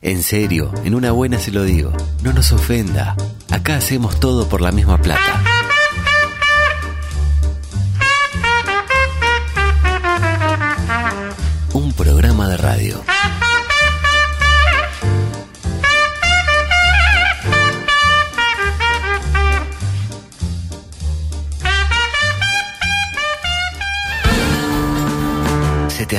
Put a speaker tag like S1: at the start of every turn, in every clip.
S1: En serio, en una buena se lo digo, no nos ofenda. Acá hacemos todo por la misma plata. Un programa de radio. Se te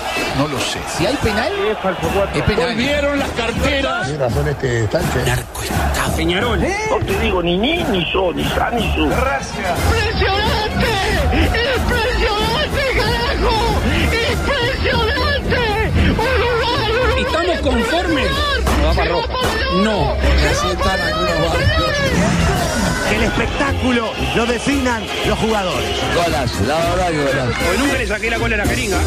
S2: Volvieron las carteras. ¿Eh?
S3: Peñarol.
S4: No te digo ni ni, ni yo, ni sa, ni su.
S5: ¡Impresionante! ¡Impresionante, carajo! ¡Impresionante! ¡Uruguay, Uruguay!
S2: ¿Estamos conformes?
S5: ¡Se va para rojo!
S2: No.
S6: el espectáculo lo definan los jugadores.
S3: Porque nunca le saqué la cola a la jeringa.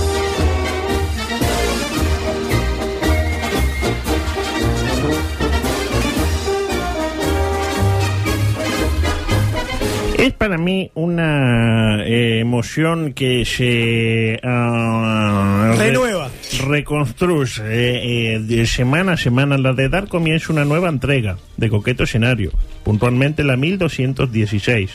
S7: Es para mí una eh, emoción que se ah, re-
S6: Renueva.
S7: reconstruye eh, eh, de semana a semana. La de dar comienza una nueva entrega de Coqueto Escenario, puntualmente la 1216.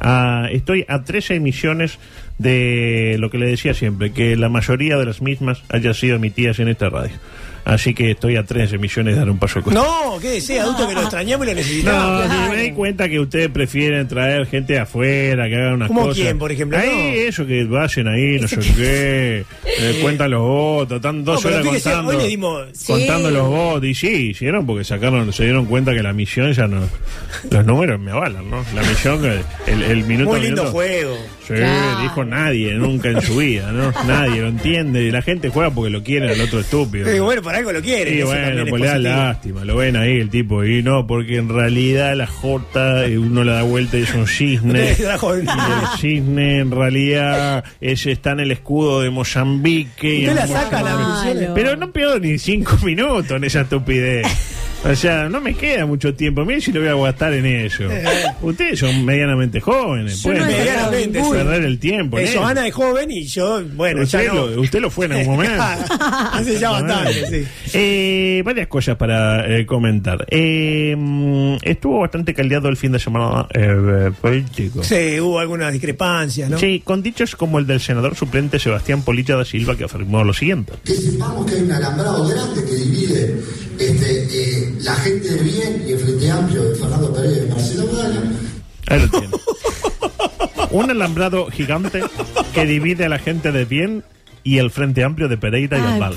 S7: Ah, estoy a 13 emisiones de lo que le decía siempre, que la mayoría de las mismas haya sido emitidas en esta radio. Así que estoy a 13 emisiones de dar un paso con
S6: No, ¿qué decía, adulto? Que lo extrañamos y lo necesitamos.
S7: no, si me di cuenta que ustedes prefieren traer gente de afuera, que hagan unas
S6: ¿Cómo
S7: cosas.
S6: quién, por ejemplo?
S7: Ahí,
S6: No.
S7: eso, que vayan ahí, no sé qué. eh, cuentan los votos, están dos
S6: No, pero
S7: horas
S6: fíjese,
S7: contando.
S6: hoy le dimos- Sí.
S7: Contando los votos, y sí, hicieron porque sacaron, se dieron cuenta que la misión ya no. Los números me avalan, ¿no? La misión, el, el minuto.
S6: Muy
S7: a
S6: lindo
S7: minuto-
S6: juego. Eh,
S7: Sí, dijo nadie, nunca en su vida, ¿no? Nadie lo entiende. Y la gente juega porque lo quiere al otro estúpido.
S6: Eh, bueno, para algo lo quiere.
S7: Sí,
S6: eso
S7: bueno,
S6: también es
S7: pues le da
S6: positivo.
S7: lástima, lo ven ahí el tipo, y no, porque en realidad la J eh, uno la da vuelta y es un cisne.
S6: Ustedes trajo-
S7: Y el cisne en realidad es, está en el escudo de Mozambique. y
S6: Usted
S7: en
S6: la saca la versión.
S7: Pero no pierdo ni cinco minutos en esa estupidez. O sea, no me queda mucho tiempo. Miren si lo voy a gastar en eso. Ustedes son medianamente jóvenes. Pueden
S6: Eh, no he sacado
S7: perder-
S6: ninguno.
S7: perder el tiempo. en
S6: Eh,
S7: eso.
S6: Johanna es joven y yo, bueno, ya
S7: usted,
S6: no.
S7: lo, usted lo fue en algún momento.
S6: Hace ya bastante, sí.
S7: Eh, varias cosas para eh, comentar. Eh, mm, estuvo bastante caldeado el fin de semana eh, político.
S6: Sí, hubo algunas discrepancias, ¿no?
S7: Sí, con dichos como el del senador suplente Sebastián Polilla da Silva que afirmó lo siguiente.
S8: que sepamos que hay un alambrado grande que divide este, eh, la gente de bien y el Frente Amplio de Fernando Pereira y Marcelo Braga.
S7: Ahí lo tiene. Un alambrado gigante que divide a la gente de bien y el Frente Amplio de Pereira y Ambal.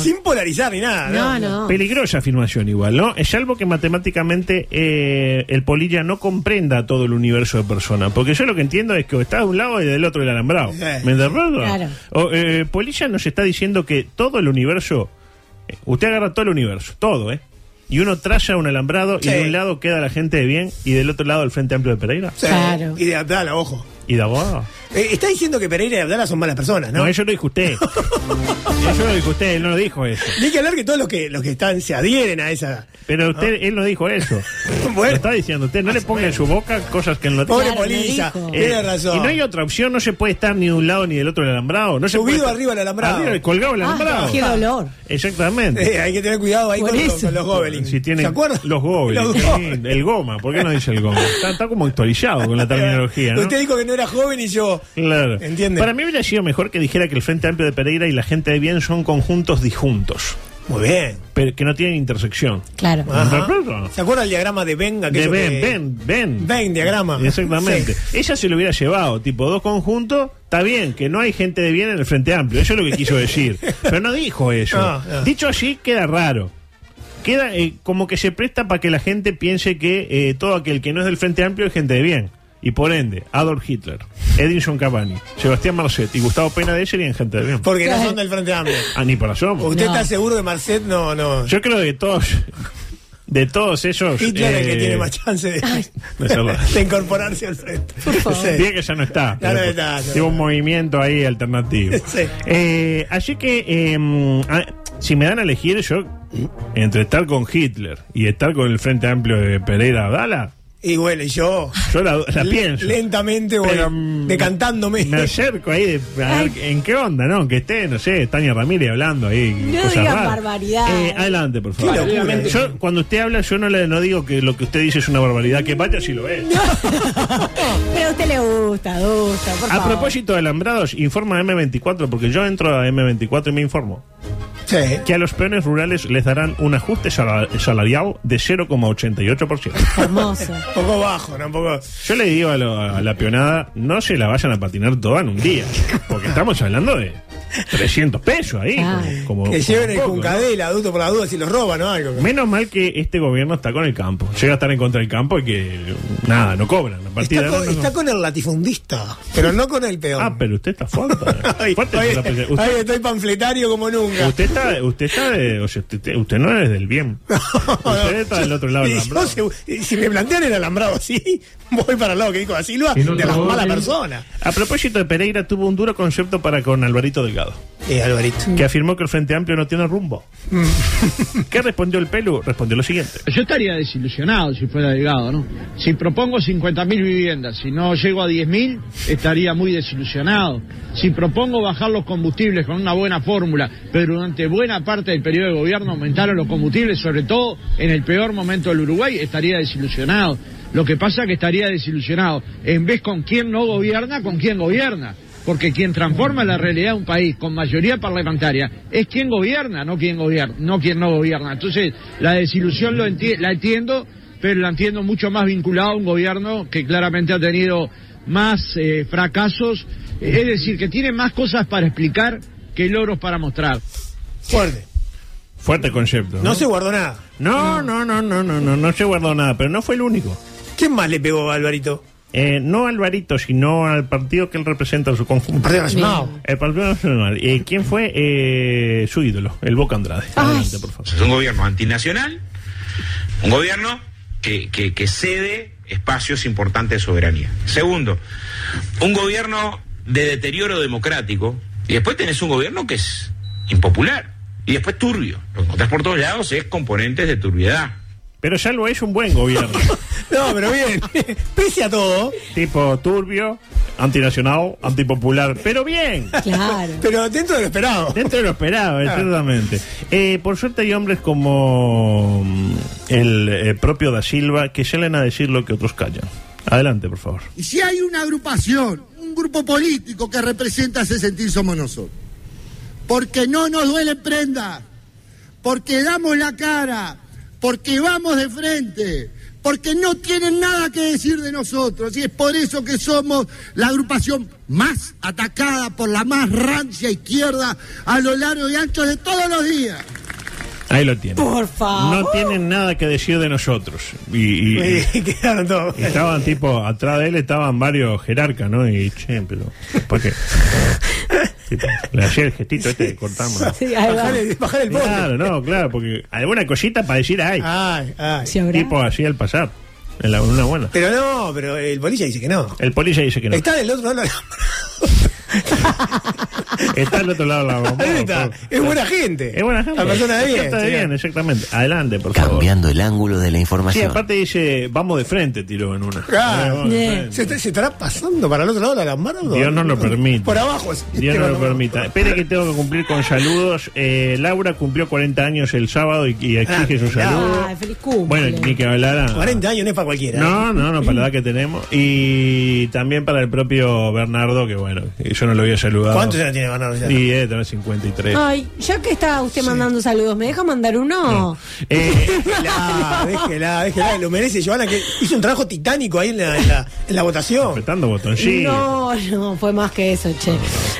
S6: Sin polarizar ni nada,
S9: Ah,
S6: ¿no?
S7: Peligrosa afirmación igual, ¿no? Es algo que matemáticamente eh, el polilla no comprenda a todo el universo de personas. Porque yo lo que entiendo es que o está de un lado y del otro el alambrado.
S6: Eh.
S7: ¿Me entiendes?
S9: Claro.
S7: O, eh, polilla nos está diciendo que todo el universo... eh, Usted agarra todo el universo, todo, ¿eh? Y uno traza un alambrado
S6: Sí.
S7: y de un lado queda la gente de bien y del otro lado el Frente Amplio de Pereira.
S6: Sí,
S9: Claro.
S6: Y de Abdala, ojo.
S7: Y de abajo.
S6: Eh, está diciendo que Pereira y Abdala son malas personas,
S7: No,
S6: ¿no?
S7: eso lo dijo usted. eso lo dijo usted, él no lo dijo eso.
S6: Ni que hablar que todos los que, los que están se adhieren a esa.
S7: Pero usted, él no dijo eso.
S6: Bueno.
S7: Lo está diciendo usted. No le ponga en su boca cosas que él no
S6: Pobre
S7: dijo.
S9: Claro,
S6: Polilla,
S9: lo dijo.
S6: tiene
S7: Eh,
S6: razón.
S7: Y no hay otra opción, no se puede estar ni de un lado ni del otro del alambrado. No se
S6: Subido
S7: puede estar-
S6: arriba del alambrado.
S7: Arriba, colgado
S10: Ah,
S7: el alambrado.
S9: Ah, qué dolor.
S7: Exactamente.
S6: Eh, hay que tener cuidado ahí
S9: Por
S6: con,
S9: eso.
S6: con los gobelins.
S7: Si tienen
S6: ¿Se acuerdan?
S7: Los goblins.
S6: Los
S7: qué
S6: goblins.
S7: lindo. El goma, ¿por qué no dice el goma? Está, está como actualizado con la terminología, ¿no?
S6: Usted dijo que no era joven y yo.
S7: Claro.
S6: ¿Entiende?
S7: Para mí hubiera sido mejor que dijera que el Frente Amplio de Pereira y la gente de bien son conjuntos disjuntos,
S6: Muy bien.
S7: pero que no tienen intersección.
S9: Claro.
S6: Ajá.
S7: Perfecto.
S6: ¿Se acuerda el diagrama de Ben?
S7: De
S6: aquello
S7: Ben,
S6: que-
S7: Ben, Ben.
S6: Ben, diagrama.
S7: Exactamente.
S6: Sí.
S7: Ella se lo hubiera llevado, tipo, dos conjuntos, está bien, que no hay gente de bien en el Frente Amplio, eso es lo que quiso decir. Pero no dijo eso.
S6: No, no.
S7: Dicho así, queda raro. Queda eh, como que se presta para que la gente piense que eh, todo aquel que no es del Frente Amplio es gente de bien. Y por ende, Adolf Hitler. Edinson Cavani, Sebastián Marcet y Gustavo Pena de serían gente de bien.
S6: Porque no son del Frente Amplio.
S7: Ah, ni para asomo.
S6: ¿Usted está seguro que Marcet no, no?
S7: Yo creo que todos, de todos esos.
S6: Hitler es el que
S7: eh,
S6: tiene más chance de,
S7: No es verdad.
S6: de incorporarse al frente. Sí.
S7: Diría que ya no está.
S6: Ya no
S7: pero
S6: está, ya no
S7: Lleva un
S6: está.
S7: movimiento ahí alternativo.
S6: Sí.
S7: Eh, así que, eh, ah, si me dan a elegir, yo entre estar con Hitler y estar con el Frente Amplio de Pereira Dala,
S6: Y bueno, y yo
S7: yo la, la
S6: le-
S7: pienso.
S6: lentamente voy
S7: Pero, mm,
S6: decantándome.
S7: Me acerco ahí de- a ver en qué onda, ¿no? Que esté, no sé, Tania Ramírez hablando ahí.
S9: No
S7: cosas
S9: digas
S7: raras.
S9: barbaridad.
S7: Eh, adelante, por favor.
S6: Qué locura. eh.
S7: Yo, cuando usted habla, yo no, le, no digo que lo que usted dice es una barbaridad. Que vaya si lo es.
S9: Pero a usted le gusta, gusta, por
S7: A
S9: favor.
S7: propósito de alambrados, informa a M24, porque yo entro a M24 y me informo
S6: Sí.
S7: que a los peones rurales les darán un ajuste sala- salarial de 0,88%.
S9: Hermoso.
S6: Poco bajo, tampoco.
S7: Yo le digo a, lo- a la peonada, no se la vayan a patinar toda en un día, porque estamos hablando de 300 pesos ahí.
S9: Claro.
S7: como- como-
S6: Que lleven el
S7: como poco, ¿no?
S6: Cuncadel, adulto por la duda, si los roban o algo.
S7: Menos mal que este gobierno está con el campo. Llega a estar en contra del campo y que nada, no cobran. A partir
S6: Está
S7: de ahora
S6: con,
S7: no-
S6: está con el latifundista, pero no con el peón.
S7: Ah, pero usted está fuerte.
S6: Ay,
S7: Fuerte
S6: ay,
S7: con la pelea.
S6: ay,
S7: Usted-
S6: estoy panfletario como nunca.
S7: Usted está, usted está de- o sea, usted, usted no es del bien. usted está del otro lado.
S6: Y
S7: del
S6: yo
S7: alambrado.
S6: se- y si me plantean el alambrado así, voy para el lado que dijo da Silva,
S7: Y no
S6: de
S7: te
S6: las
S7: voy.
S6: malas personas.
S7: A propósito de Pereira, tuvo un duro concepto para con Alvarito Delgado,
S6: Eh, Alvarito.
S7: que afirmó que el Frente Amplio no tiene rumbo.
S6: Mm.
S7: ¿Qué respondió el Pelu? Respondió lo siguiente.
S3: Yo estaría desilusionado si fuera delgado, ¿no? Si propongo 50.000 viviendas, si no llego a 10.000, estaría muy desilusionado. Si propongo bajar los combustibles con una buena fórmula, pero durante buena parte del periodo de gobierno aumentaron los combustibles, sobre todo en el peor momento del Uruguay, estaría desilusionado. Lo que pasa es que estaría desilusionado en vez con quien no gobierna, con quien gobierna. Porque quien transforma la realidad de un país con mayoría parlamentaria es quien gobierna, no quien gobierna, no quien no gobierna. Entonces, la desilusión lo enti- la entiendo, pero la entiendo mucho más vinculada a un gobierno que claramente ha tenido más eh, fracasos, es decir, que tiene más cosas para explicar que logros para mostrar.
S6: Fuerte.
S7: Fuerte concepto.
S6: No se guardó nada.
S7: No, no, no, no, no, no, no se guardó nada, pero no fue el único.
S6: ¿Quién más le pegó a Alvarito?
S7: Eh, no a Alvarito, sino al partido que él representa en su conjunto.
S6: Partido Nacional.
S7: El Partido Nacional. Eh, ¿Quién fue eh, su ídolo? El Boca Andrade. Adelante, por favor.
S11: Es un gobierno antinacional, un gobierno que, que- que cede espacios importantes de soberanía. Segundo, un gobierno de deterioro democrático. Y después tenés un gobierno que es impopular. Y después turbio. Lo que encontrás por todos lados es componentes de turbiedad.
S7: Pero salvo es un buen gobierno.
S6: No, pero bien. Pese a todo,
S7: tipo turbio, antinacional, antipopular, pero bien.
S9: Claro.
S6: pero dentro de lo esperado.
S7: Dentro de lo esperado, exactamente. Eh, por suerte hay hombres como mm, el eh, propio Da Silva que salen a decir lo que otros callan. Adelante, por favor.
S12: Y si hay una agrupación, un grupo político que representa ese sentir, somos nosotros. Porque no nos duelen prendas, porque damos la cara, porque vamos de frente, porque no tienen nada que decir de nosotros. Y es por eso que somos la agrupación más atacada por la más rancia izquierda a lo largo y ancho de todos los días.
S7: Ahí lo tienen.
S9: Por favor.
S7: No tienen nada que decir de nosotros. Y, y- y-
S6: Y quedaron todos.
S7: y estaban tipo, atrás de él estaban varios jerarcas, ¿no? Y che, pero. ¿Por qué? Tipo, Le hacía el gestito este de cortamos.
S9: Sí, ahí va.
S6: Bajar el, bajar el bote.
S7: Claro, no, claro, porque alguna cosita para decir hay.
S6: Ay, ay.
S9: Si habrá.
S7: tipo así al pasar. En la, una buena.
S6: Pero no, pero el bolilla dice que no.
S7: El policía dice que no.
S6: Está del otro lado.
S7: Está al otro lado de la bomba.
S6: Ahí está. Es buena gente.
S7: Es buena gente.
S6: La persona de
S7: Es
S6: bien.
S7: gente de bien,
S6: señor.
S7: exactamente. Adelante, por favor.
S1: Cambiando el ángulo de la
S7: Sí,
S1: información.
S7: aparte dice, vamos de frente, tiró en una.
S6: Claro.
S7: Eh, vamos de
S9: Bien.
S7: frente.
S6: ¿Se, está- se estará pasando para el otro lado de la cámara?
S7: Dios no lo permite.
S6: Por abajo. así.
S7: Dios no
S6: Pero
S7: lo permita. Espere que tengo que cumplir con saludos. Eh, Laura cumplió 40 años el sábado y, y exige su
S6: Ah, mirá.
S7: saludo.
S9: Ay, feliz cumple.
S7: Bueno, ni que hablara.
S6: 40 años no es para cualquiera. ¿eh?
S7: No, no, no, para la edad que tenemos. Y también para el propio Bernardo, que bueno, yo no lo había saludado.
S6: ¿Cuántos años tiene Bernardo ya?
S7: Y eh, tener 53.
S9: Ay, ya que está usted mandando saludos, ¿me deja mandar uno?
S7: Eh,
S6: Déjela, déjela, déjela, lo merece Joana, que hizo un trabajo titánico ahí en la, en la, en la votación.
S7: apretando botoncito.
S9: No, no, fue más que eso, che.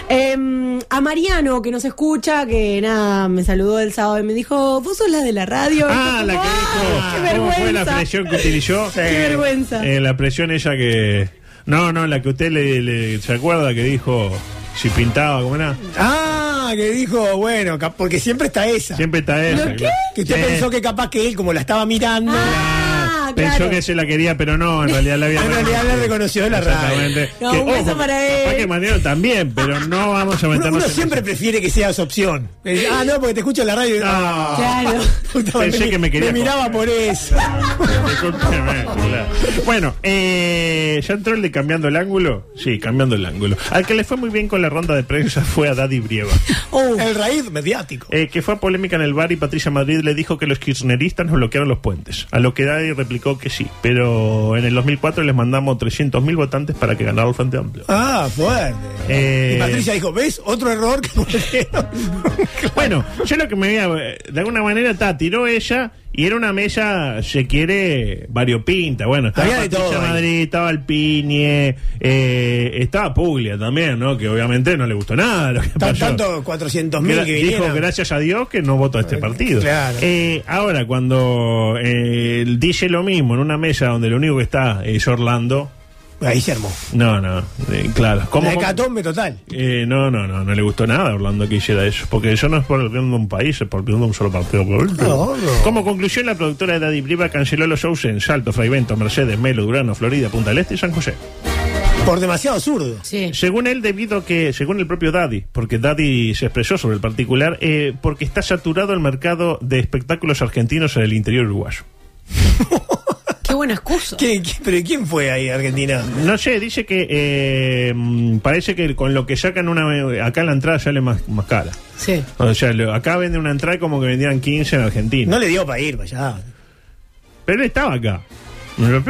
S9: Em, a Mariano, que nos escucha, que nada, me saludó el sábado y me dijo, ¿vos sos la de la radio?
S7: Ah,
S9: Y yo
S7: la que
S9: como,
S7: dijo.
S9: "Ay, ¡Qué
S7: ¿Cómo fue la
S9: vergüenza!
S7: presión que utilizó?
S9: ¡Qué vergüenza!
S7: Eh, la presión ella que No, no, la que usted le, le- se acuerda que dijo si pintaba, ¿cómo era?
S6: Ah, que dijo, bueno, cap- porque siempre está esa.
S7: Siempre está esa.
S6: ¿Pero qué? Que usted
S7: Sí. Ah.
S6: pensó que capaz que él, como la estaba mirando,
S9: Ah,
S7: Pensó
S6: claro.
S7: que se la quería, pero no, en realidad la había
S6: En realidad la reconoció de la radio.
S7: Exactamente.
S6: No,
S7: Que,
S6: un beso para él.
S7: capaz que Mariano también, pero no vamos a
S6: uno,
S7: meternos
S6: uno
S7: en
S6: siempre prefiere que sea su opción. Eh, Ah, no, porque te escucho en la radio. y- Ah,
S7: Claro.
S6: Puta,
S7: Pensé que me quería
S6: miraba por eso.
S7: Discúlpeme, claro. Bueno, eh, ¿ya entró el de cambiando el ángulo? Sí, cambiando el ángulo. Al que le fue muy bien con la ronda de prensa fue a Daddy Brieva.
S6: el raíz mediático.
S7: Eh, que fue a polémica en el bar y Patricia Madrid le dijo que los kirchneristas nos bloquearon los puentes. A lo que Daddy replicó que sí, pero en el 2004 les mandamos 300.000 votantes para que ganara el Frente Amplio.
S6: Ah, fuerte.
S7: Eh,
S6: Y Patricia dijo, ¿ves? Otro error que cometieron".
S7: Bueno, yo lo que me veía, eh, de alguna manera, ta, tiró ella y era una mesa, se quiere, variopinta. Bueno, estaba
S6: Había de
S7: Patricia
S6: todo ahí.
S7: Madrid, estaba el Piñe, eh, estaba Puglia también, ¿no? Que obviamente no le gustó nada lo que
S6: Tan-
S7: pasó.
S6: tanto 400 mil
S7: Gra-
S6: que
S7: dijo,
S6: vinieron.
S7: gracias a Dios que no voto a este partido. Eh, ahora, cuando eh, el dice lo mismo en una mesa donde lo único que está es Orlando.
S6: Ahí se armó.
S7: No, no, eh, claro.
S6: La
S7: ¿Cómo, cómo-
S6: hecatombe total.
S7: eh, no, no, no, no le gustó nada a Orlando que hiciera eso, porque eso no es por el bien de un país, es por el bien de un solo partido político. Como conclusión, la productora de Daddy Briva canceló los shows en Salto, Fraivento, Mercedes, Melo, Durano, Florida, Punta del Este y San José.
S6: Por demasiado zurdo.
S7: Según él, debido a que, según el propio Daddy, porque Daddy se expresó sobre el particular, eh, porque está saturado el mercado de espectáculos argentinos en el interior uruguayo.
S9: Qué buena excusa.
S6: ¿Qué- qué- pero quién fue ahí, Argentina?
S7: No sé, dice que eh, mm, parece que con lo que sacan una acá la entrada sale más, más cara.
S9: Sí.
S7: O sea, lo- acá vende una entrada como que vendían 15 en Argentina.
S6: No le dio para ir para allá.
S7: Pero él estaba acá.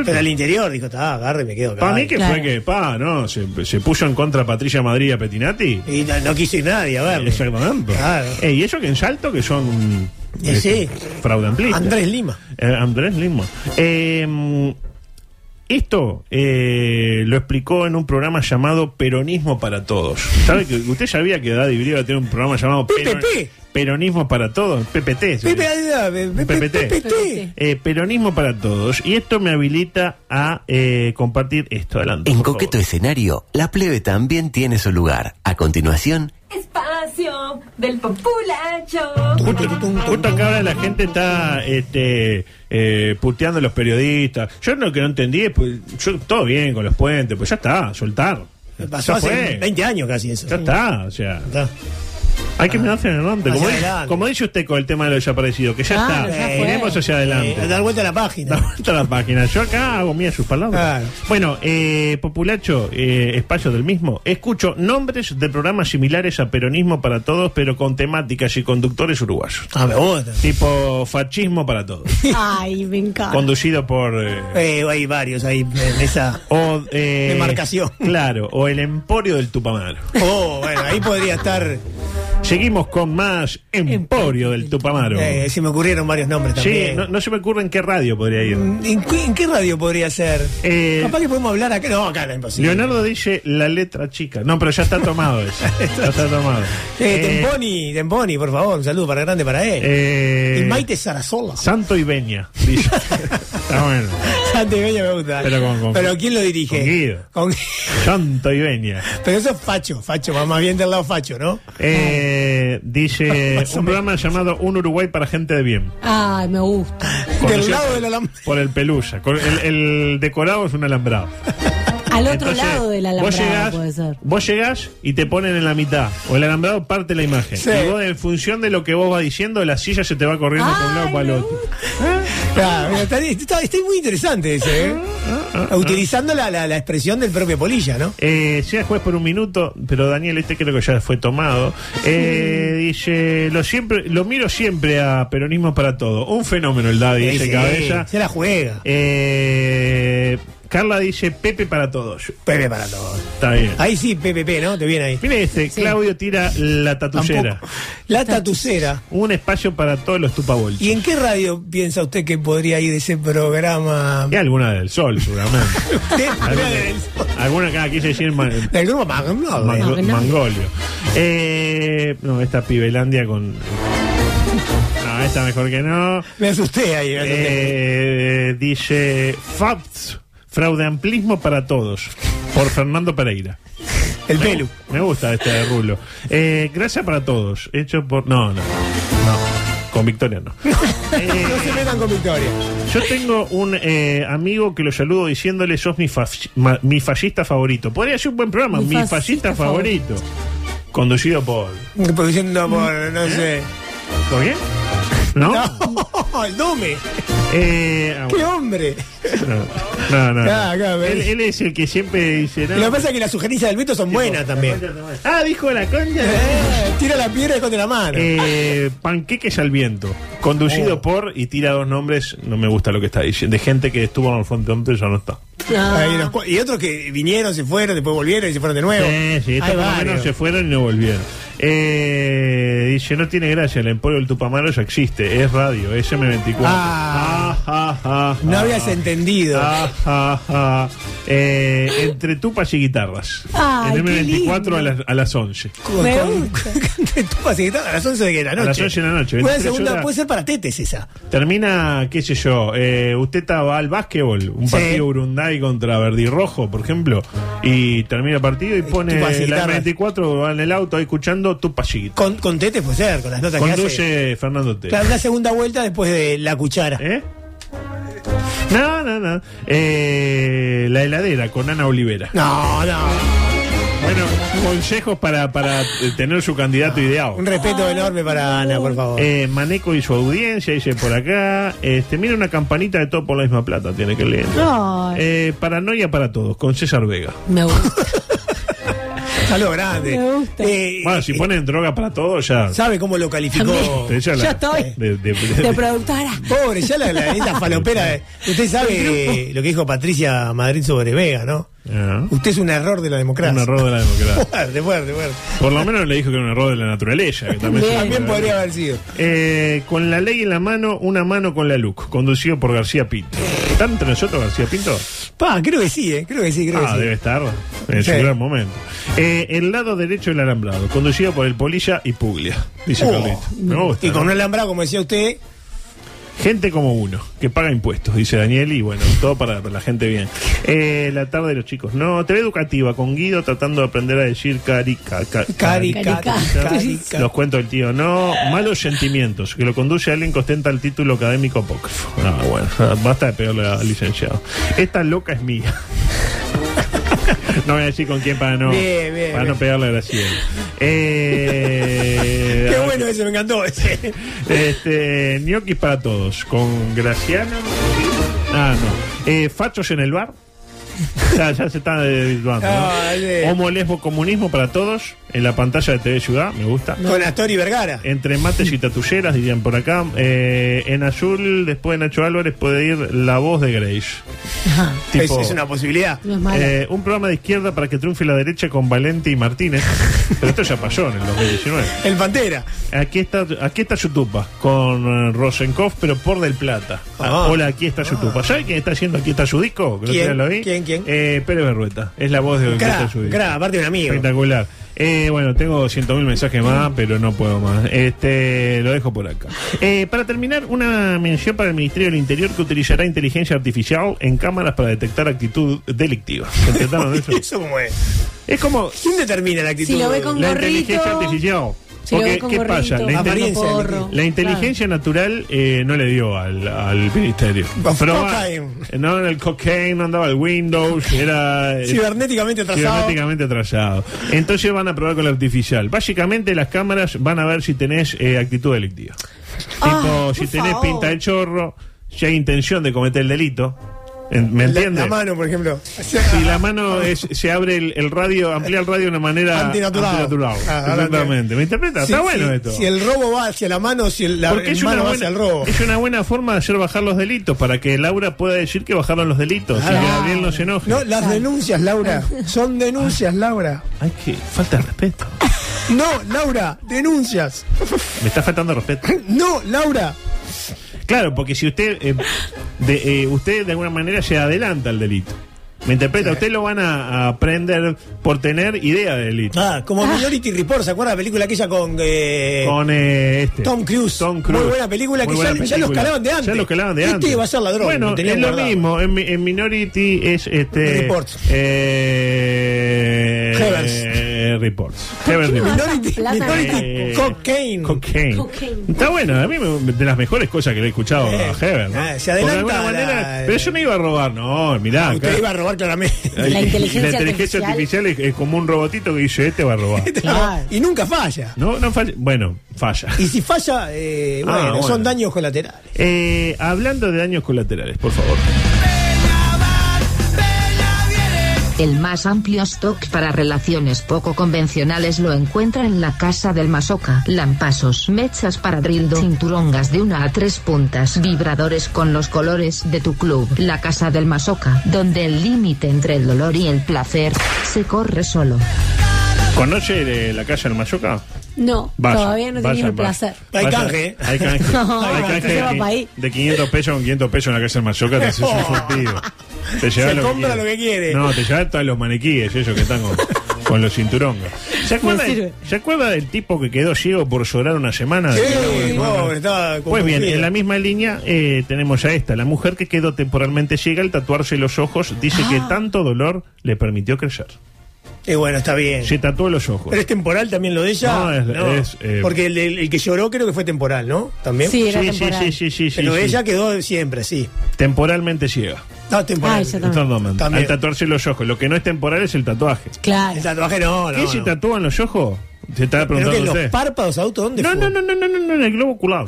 S6: Pero al interior dijo, está, agarre, me quedo acá.
S7: Para mí que fue que, pa, no, se, se puso en contra Patricia Madrid y a Petinati.
S6: Y no, no quiso ir nadie, a ver.
S7: Exactamente. Eh, y eso que en Salto, que son
S6: Y sí.
S7: fraudamplistas.
S6: Andrés Lima.
S7: Eh, Andrés Lima. Eh, esto eh, lo explicó en un programa llamado Peronismo para Todos. ¿Sabe que usted sabía que Daddy Brieva tiene un programa llamado Peron- Peronismo para Todos? PPT. se
S6: Pepe, eh,
S7: dice.
S6: Pepe, Pepe,
S7: PPT. Eh, peronismo para todos. Y esto me habilita a eh, compartir esto. Adelante.
S1: En
S7: por favor.
S1: coqueto escenario, la plebe también tiene su lugar. A continuación,
S13: Espacio del populacho.
S7: Justo que ahora la gente está este, eh, puteando a los periodistas. Yo lo que no entendí es, pues, yo, todo bien con los puentes, pues ya está, soltar.
S6: Pasó
S7: Ya
S6: hace
S7: fue.
S6: 20 años casi eso.
S7: Ya está, o sea. Hay que mirar hacia adelante, como,
S6: Ah. Hacia
S7: dice-
S6: adelante.
S7: como dice usted con el tema de lo desaparecido, que ya
S6: Claro,
S7: está,
S6: ya fue.
S7: miremos hacia adelante.
S6: Eh, dar vuelta a la página.
S7: Dar vuelta a la página. Yo acá hago mía sus palabras. Bueno, eh, Populacho, eh, espacio del mismo. Escucho nombres de programas similares a Peronismo para Todos, pero con temáticas y conductores uruguayos.
S6: Ah, me gusta.
S7: Tipo Fascismo para Todos,
S9: Ay, me encanta.
S7: conducido por... eh,
S6: Eh, hay varios ahí en esa.
S7: o, eh,
S6: Demarcación.
S7: Claro, o el Emporio del Tupamaro.
S6: Oh, bueno, ahí podría estar.
S7: Seguimos con más Emporio del Tupamaro.
S6: Eh, se me ocurrieron varios nombres
S7: Sí,
S6: también. Mm,
S7: no, no se me ocurre en qué radio podría ir.
S6: ¿En, qué, en qué radio podría ser? Capaz que podemos hablar acá. No, acá no es imposible.
S7: Eh, Leonardo dice la letra chica. No, pero ya está tomado eso. ya está tomado.
S6: Eh,
S7: Eh,
S6: Temponi, Temponi, por favor, un saludo para grande para él.
S7: Eh,
S6: y Maite Sarasola.
S7: Santo y Beña, dice. está bueno.
S6: Santi Beña me gusta.
S7: Pero con- con-
S6: Pero ¿quién lo dirige?
S7: con Guido.
S6: Con-
S7: Santo y Beña.
S6: Pero eso es Facho, Facho, más- más bien del lado Facho, ¿no?
S7: Eh, dice
S6: Más o
S7: un programa llamado Un Uruguay para gente de bien.
S9: Ay, me gusta.
S7: Conocido
S6: lado
S7: por-
S6: del alambrado.
S7: Por el pelusa. Con- El, el decorado es un alambrado.
S9: Al otro
S7: Entonces,
S9: lado del alambrado
S7: vos llegás-
S9: puede ser.
S7: Vos llegás y te ponen en la mitad. O el alambrado parte la imagen.
S6: Sí.
S7: Y vos, en función de lo que vos vas diciendo, la silla se te va corriendo por un lado para el otro.
S6: Claro, Ah, mira, está, está- está muy interesante ese, ¿eh?
S7: Ah.
S6: Utilizando la, la- la expresión del propio Polilla, ¿no?
S7: Eh, sea juez por un minuto, pero Daniel, este creo que ya fue tomado. Eh, dice, lo siempre, lo miro siempre a Peronismo para todo. Un fenómeno el Daddy,
S6: Eh,
S7: dice
S6: sí,
S7: Cabeza.
S6: Se la juega.
S7: Eh, Carla dice Pepe para todos.
S6: Pepe para todos.
S7: Está bien.
S6: Ahí sí, PPP, ¿no? Te viene ahí.
S7: Mire este, Claudio tira la tatucera.
S6: Tampoco. La tatucera.
S7: Un espacio para todos los tupabolchos.
S6: ¿Y en qué radio piensa usted que podría ir ese programa?
S7: Y alguna del sol, seguramente.
S6: De-
S7: alguna, alguna que quise decir man-
S6: Del grupo Magnol.
S7: mango- Mangolio. Eh, no, esta pibelandia con. No, esta mejor que no.
S6: Me asusté ahí. me asusté.
S7: Eh, dice FAPS, fraudeamplismo para todos. Por Fernando Pereira.
S6: El
S7: Me-
S6: pelu.
S7: Me gusta este de rulo. Eh, gracias para todos. Hecho por. No, no. No. Con Victoria no.
S6: No se metan con Victoria.
S7: Yo tengo un eh, amigo que lo saludo diciéndole: sos mi, fas- ma- mi fascista favorito. Podría ser un buen programa. Mi,
S6: Mi
S7: fascista,
S6: fascista
S7: favorito. Conducido por.
S6: Produciendo por, no
S7: ¿Eh?
S6: sé.
S7: ¿Por qué? ¿No?
S6: No, el Dume.
S7: Eh, ah,
S6: ¡Qué
S7: bueno.
S6: hombre!
S7: No, no. no.
S6: Ah, acá, ¿ves?
S7: él, él es el que siempre dice. no.
S6: Lo que pasa es que las sugerencias del Beto son buenas también. Eh.
S7: Ah, dijo la concha.
S6: tira la piedra y esconde la mano.
S7: Eh, panqueques al viento, conducido
S6: Oh.
S7: por y tira dos nombres, no me gusta lo que está diciendo, de gente que estuvo en el frontón, pero ya no está.
S9: Ah,
S6: Ahí los cu- y otros que vinieron, se fueron, después volvieron y se fueron de nuevo.
S7: Sí, sí, estos
S6: Eh, Hay
S7: por lo
S6: varios.
S7: menos se fueron y no volvieron. Eh, dice, no tiene gracia, el emporio del Tupamaro ya existe, es radio, es M24.
S6: Ah.
S7: Ah, ah,
S6: No
S7: ah.
S6: habías entendido.
S7: Ah, ah, ah. Eh, entre tupas y guitarras.
S6: Ay,
S7: en
S6: qué
S7: M24 a las, a las 11.
S6: Con-
S9: Me
S6: con- tú vas a gritar a las 11 de la
S7: A
S6: noche.
S7: las 11 de la noche,
S6: Una
S7: 23
S6: segunda-
S7: horas.
S6: puede ser para tetes esa.
S7: Termina, qué sé yo, eh, usted ta- va al básquetbol, un
S6: Sí.
S7: partido Urunday contra Verdirrojo, por ejemplo, y termina el partido y pone
S6: tupas y
S7: la
S6: guitarras.
S7: 24, va en el auto ahí escuchando tu pachiguita.
S6: Con, con tetes puede ser, con las notas que hace.
S7: Conduce Fernando T.
S6: Claro, una segunda vuelta después de la cuchara.
S7: ¿Eh? No, no, no. Eh, la heladera con Ana Olivera.
S6: No, no.
S7: Bueno, consejos para, para eh, tener su candidato ideado.
S6: Un respeto
S9: Ah.
S6: enorme para Ana, por favor.
S7: Eh, Maneco y su audiencia, dice por acá. Este, mira una campanita de todo por la misma plata, tiene que leer.
S9: No,
S7: Eh, paranoia para todos, con César Vega.
S9: me gusta.
S6: Saludo grande.
S9: Me gusta.
S6: Eh,
S7: Bueno, si ponen droga para todos, ya.
S6: ¿Sabe cómo lo calificó?
S7: Te echa la-
S9: Ya estoy.
S7: de- de- de-
S9: De productora.
S6: Pobre, ya la, la neta falopera. eh. Usted sabe eh, lo que dijo Patricia Madrid sobre Vega, ¿no?
S7: Ah,
S6: Usted es un error de la democracia.
S7: un error de la democracia.
S6: Fuerte, fuerte, fuerte.
S7: Por lo menos le dijo que era un error de la naturaleza. que también se-
S6: También podría haber sido.
S7: Eh, con la ley en la mano, una mano con la LUC, conducido por García Pinto. ¿Está entre nosotros García Pinto?
S6: Pa, creo que sí, ¿eh? Creo que sí, creo
S7: Ah,
S6: que
S7: debe
S6: sí.
S7: estar en su
S6: Sí.
S7: gran momento. Eh, el lado derecho del alambrado, conducido por el Polilla y Puglia, dice
S6: Oh.
S7: Carlito. Me gusta,
S6: Y con
S7: ¿no?
S6: un alambrado, como decía usted,
S7: Gente como uno, que paga impuestos, dice Daniel, y bueno, todo para la gente bien. Eh, la tarde de los chicos. No, TV educativa, con Guido tratando de aprender a decir carica. ca-
S6: carica,
S7: carica.
S6: carica.
S7: Los cuento el tío, no. Malos sentimientos, que lo conduce alguien que ostenta el título académico apócrifo. Ah, bueno, basta de pegarle al licenciado. Esta loca es mía. No voy a decir con quién para no,
S6: Bien, bien,
S7: para no
S6: bien.
S7: pegarle a Graciela. Eh,
S6: Qué bueno ese, me encantó ese.
S7: este, ñoquis para todos, con Graciano. Ah, no. Eh, fachos en el bar. Ya, ya se está desvirtuando. ¿no?
S6: Ah, sí.
S7: Homo, lesbo, comunismo para todos. En la pantalla de TV Ciudad, me gusta.
S6: Con Astori Vergara.
S7: Entre mates y tatuyeras, dirían por acá. Eh, en azul, después de Nacho Álvarez, puede ir la voz de Grace.
S6: Es,
S7: Tipo-
S6: es una posibilidad.
S9: No es malo.
S7: eh, un programa de izquierda para que triunfe la derecha con Valente y Martínez. Pero esto ya pasó en el 2019.
S6: El Pantera.
S7: Aquí está, aquí está Yutupa con eh, Rosenkopf, pero por Del Plata.
S6: Ah.
S7: Hola, aquí está Yutupa. ¿Sabe quién está haciendo aquí está su disco? Que el otro
S6: ¿Quién?
S7: día lo vi.
S6: ¿Quién, quién?
S7: Eh, Pérez Berrueta. Es la voz de Aquí
S6: Cra,
S7: está su disco.
S6: cra, aparte de un amigo.
S7: Espectacular. Eh, bueno, tengo 100.000 mensajes más, pero no puedo más. Este, lo dejo por acá. Eh, para terminar, una mención para el Ministerio del Interior que utilizará inteligencia artificial en cámaras para detectar actitud delictiva. ¿Entendieron eso?
S6: ¿Eso cómo es?
S7: Es como
S6: ¿Quién determina la actitud?
S9: Si lo ve con
S7: la
S9: gorrito.
S7: inteligencia artificial.
S9: Si lo
S7: Porque,
S9: ve con
S7: ¿qué pasa? La,
S9: gorrito,
S7: intel-
S6: Apariencia,
S9: porro.
S7: la inteligencia natural eh, no le dio al, al ministerio.
S6: Of
S7: Proba-
S6: cocaine.
S7: No en el cocaine, no andaba el Windows, era... eh,
S6: Cibernéticamente atrasado.
S7: Cibernéticamente atrasado. Entonces van a probar con la artificial. Básicamente las cámaras van a ver si tenés eh, actitud delictiva.
S9: Ah,
S7: tipo, si
S9: por
S7: tenés
S9: favor.
S7: pinta de chorro, si hay intención de cometer el delito. En- ¿Me
S6: La,
S7: entiendes?
S6: la mano, por ejemplo.
S7: Si la mano es- se abre el, el radio, amplía el radio de una manera
S6: Antinatural. Ah, ahora
S7: Exactamente. ¿Me interpreta?
S6: Si-
S7: Está bueno
S6: si-
S7: esto.
S6: Si el robo va hacia la mano, si el- la
S7: Porque es una,
S6: mano va
S7: buena,
S6: hacia el robo.
S7: es una buena forma de hacer bajar los delitos, para que Laura pueda decir que bajaron los delitos y que Gabriel no se enoje.
S6: Ah. No, las denuncias, Laura. Son denuncias, Laura.
S7: Ay, que falta de respeto.
S6: No, Laura, denuncias.
S7: Me está faltando respeto.
S6: No, Laura.
S7: Claro, porque si usted eh, de, eh, usted de alguna manera se adelanta al delito. ¿Me interpreta? Usted lo van a, a prender por tener idea de delito.
S6: Ah, como Minority Report, ¿se acuerda la película aquella con. eh,
S7: Con eh, este.
S6: Tom Cruise. Muy buena película
S7: Muy
S6: que
S7: buena
S6: ya, ya los
S7: película.
S6: calaban de antes.
S7: Ya los calaban de
S6: este
S7: antes.
S6: iba a ser ladrón.
S7: Bueno,
S6: lo tenían
S7: es lo
S6: guardado.
S7: mismo. En, mi- en Minority es este.
S6: Report.
S7: Eh,
S6: Heavers.
S7: eh, reports.
S6: ¿Por
S7: Heavers
S6: qué no
S7: Reports.
S6: Minority, Minority
S7: Eh,
S6: Cocaine.
S7: Cocaine. Está bueno, a mí me- de las mejores cosas que le he escuchado a Heber. ¿no?
S6: ah, se
S7: Porque de
S6: adelanta
S7: alguna
S6: a la-
S7: manera- pero yo no iba a robar, no, mirá.
S6: Usted
S7: acá-
S6: iba a robar claramente.
S7: La inteligencia, artificial, es, es como un robotito que dice, este va a robar.
S6: Y nunca falla.
S7: No, no falla. Bueno, falla.
S6: Y si falla, eh, bueno,
S7: Ah, bueno.
S6: son daños colaterales.
S7: Eh, hablando de daños colaterales, por favor.
S10: El más amplio stock para relaciones poco convencionales lo encuentra en la casa del masoca. Lampasos, mechas para drildo, cinturongas de una a tres puntas, vibradores con los colores de tu club. La casa del masoca, donde el límite entre el dolor y el placer se corre solo.
S7: ¿Conoce de la calle del Mayoca?
S9: No,
S7: Vaya,
S9: todavía no he tenido el
S7: vaya,
S9: placer.
S7: vaya. Vaya, Hay canje.
S9: No,
S7: hay
S9: se
S7: canje de,
S9: va pa' ahí.
S7: qui- de 500 pesos con 500 pesos en la calle del Mayoca, te haces un surtido. Te llevas
S6: Se compra
S7: quieres.
S6: lo que quiere.
S7: No, te llevas todos los maniquíes, ellos que están con, con los cinturongas. ¿Se acuerda,
S6: Me sirve.
S7: ¿Se acuerda del tipo que quedó ciego por llorar una semana?
S6: Sí,
S7: Bueno,
S6: pobre, estaba
S7: Pues bien,
S6: confundido.
S7: en la misma línea eh, tenemos a esta, la mujer que quedó temporalmente ciega al tatuarse los ojos, dice que tanto dolor le permitió crecer.
S6: Y Eh, bueno, está bien.
S7: Se tatuó los ojos.
S6: Pero es temporal también lo de ella.
S7: No, es- es, eh,
S6: Porque el, el- el que lloró creo que fue temporal, ¿no? También.
S7: Sí, era Sí, sí, temporal. sí, sí, sí,
S6: Pero
S7: sí, sí.
S6: ella quedó siempre, sí.
S7: Temporalmente ciega.
S6: No, temporal.
S7: Abdomen.
S6: También.
S7: Al tatuarse los ojos. Lo que no es temporal es el tatuaje.
S9: Claro.
S6: El tatuaje no, no.
S7: ¿Qué
S6: no.
S7: se tatúan los ojos? Se estaba
S6: Creo
S7: preguntando
S6: que los
S7: usted.
S6: párpados auto, ¿dónde
S7: No, no, no, no, no, no, no, en el globo ocular.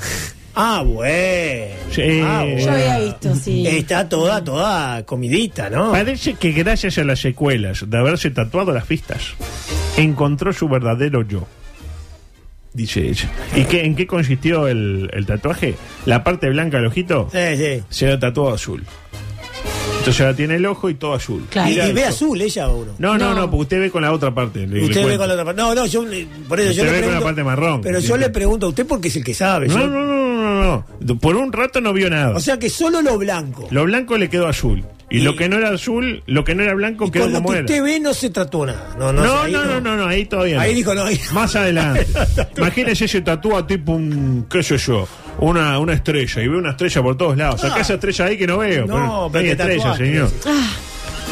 S6: Ah, bueno.
S7: Sí.
S6: Ah, bueno.
S9: Yo había visto, sí.
S7: Eh,
S6: Está toda, toda comidita, ¿no?
S7: Parece que gracias a las secuelas de haberse tatuado las pistas, encontró su verdadero yo. Dice ella. ¿Y qué, en qué consistió el, el tatuaje? La parte blanca del ojito
S6: Sí, sí.
S7: se lo tatuó azul. Entonces ahora tiene el ojo y todo azul.
S6: Y,
S7: Mira
S6: y ve
S7: eso.
S6: azul ella o no.
S7: No, no, no, porque usted ve con la otra parte. le- le
S6: Usted ve
S7: cuento.
S6: con la otra parte. No, no, yo le- por eso yo
S7: Usted
S6: le
S7: ve con la
S6: pregunto-
S7: parte marrón.
S6: Pero yo le pregunto a usted porque es el que sabe.
S7: No,
S6: yo-
S7: no, no, no, no, no. Por un rato no vio nada.
S6: O sea que solo lo blanco.
S7: Lo blanco le quedó azul. Y, lo que no era azul, lo que no era blanco quedó
S6: Con lo
S7: como
S6: que
S7: era.
S6: usted ve no se trató nada. No, no,
S7: No,
S6: ahí
S7: no, no, no, no, ahí todavía no.
S6: Ahí dijo no. ahí-
S7: Más adelante. Imagínese se tatúa tipo un, qué sé yo, una, una estrella. Y ve una estrella por todos lados. Acá esa estrella ahí que no veo.
S6: Ah. No,
S7: pero
S6: pero
S7: hay
S6: te
S7: estrella,
S6: tatuaste,
S7: señor.
S6: dice.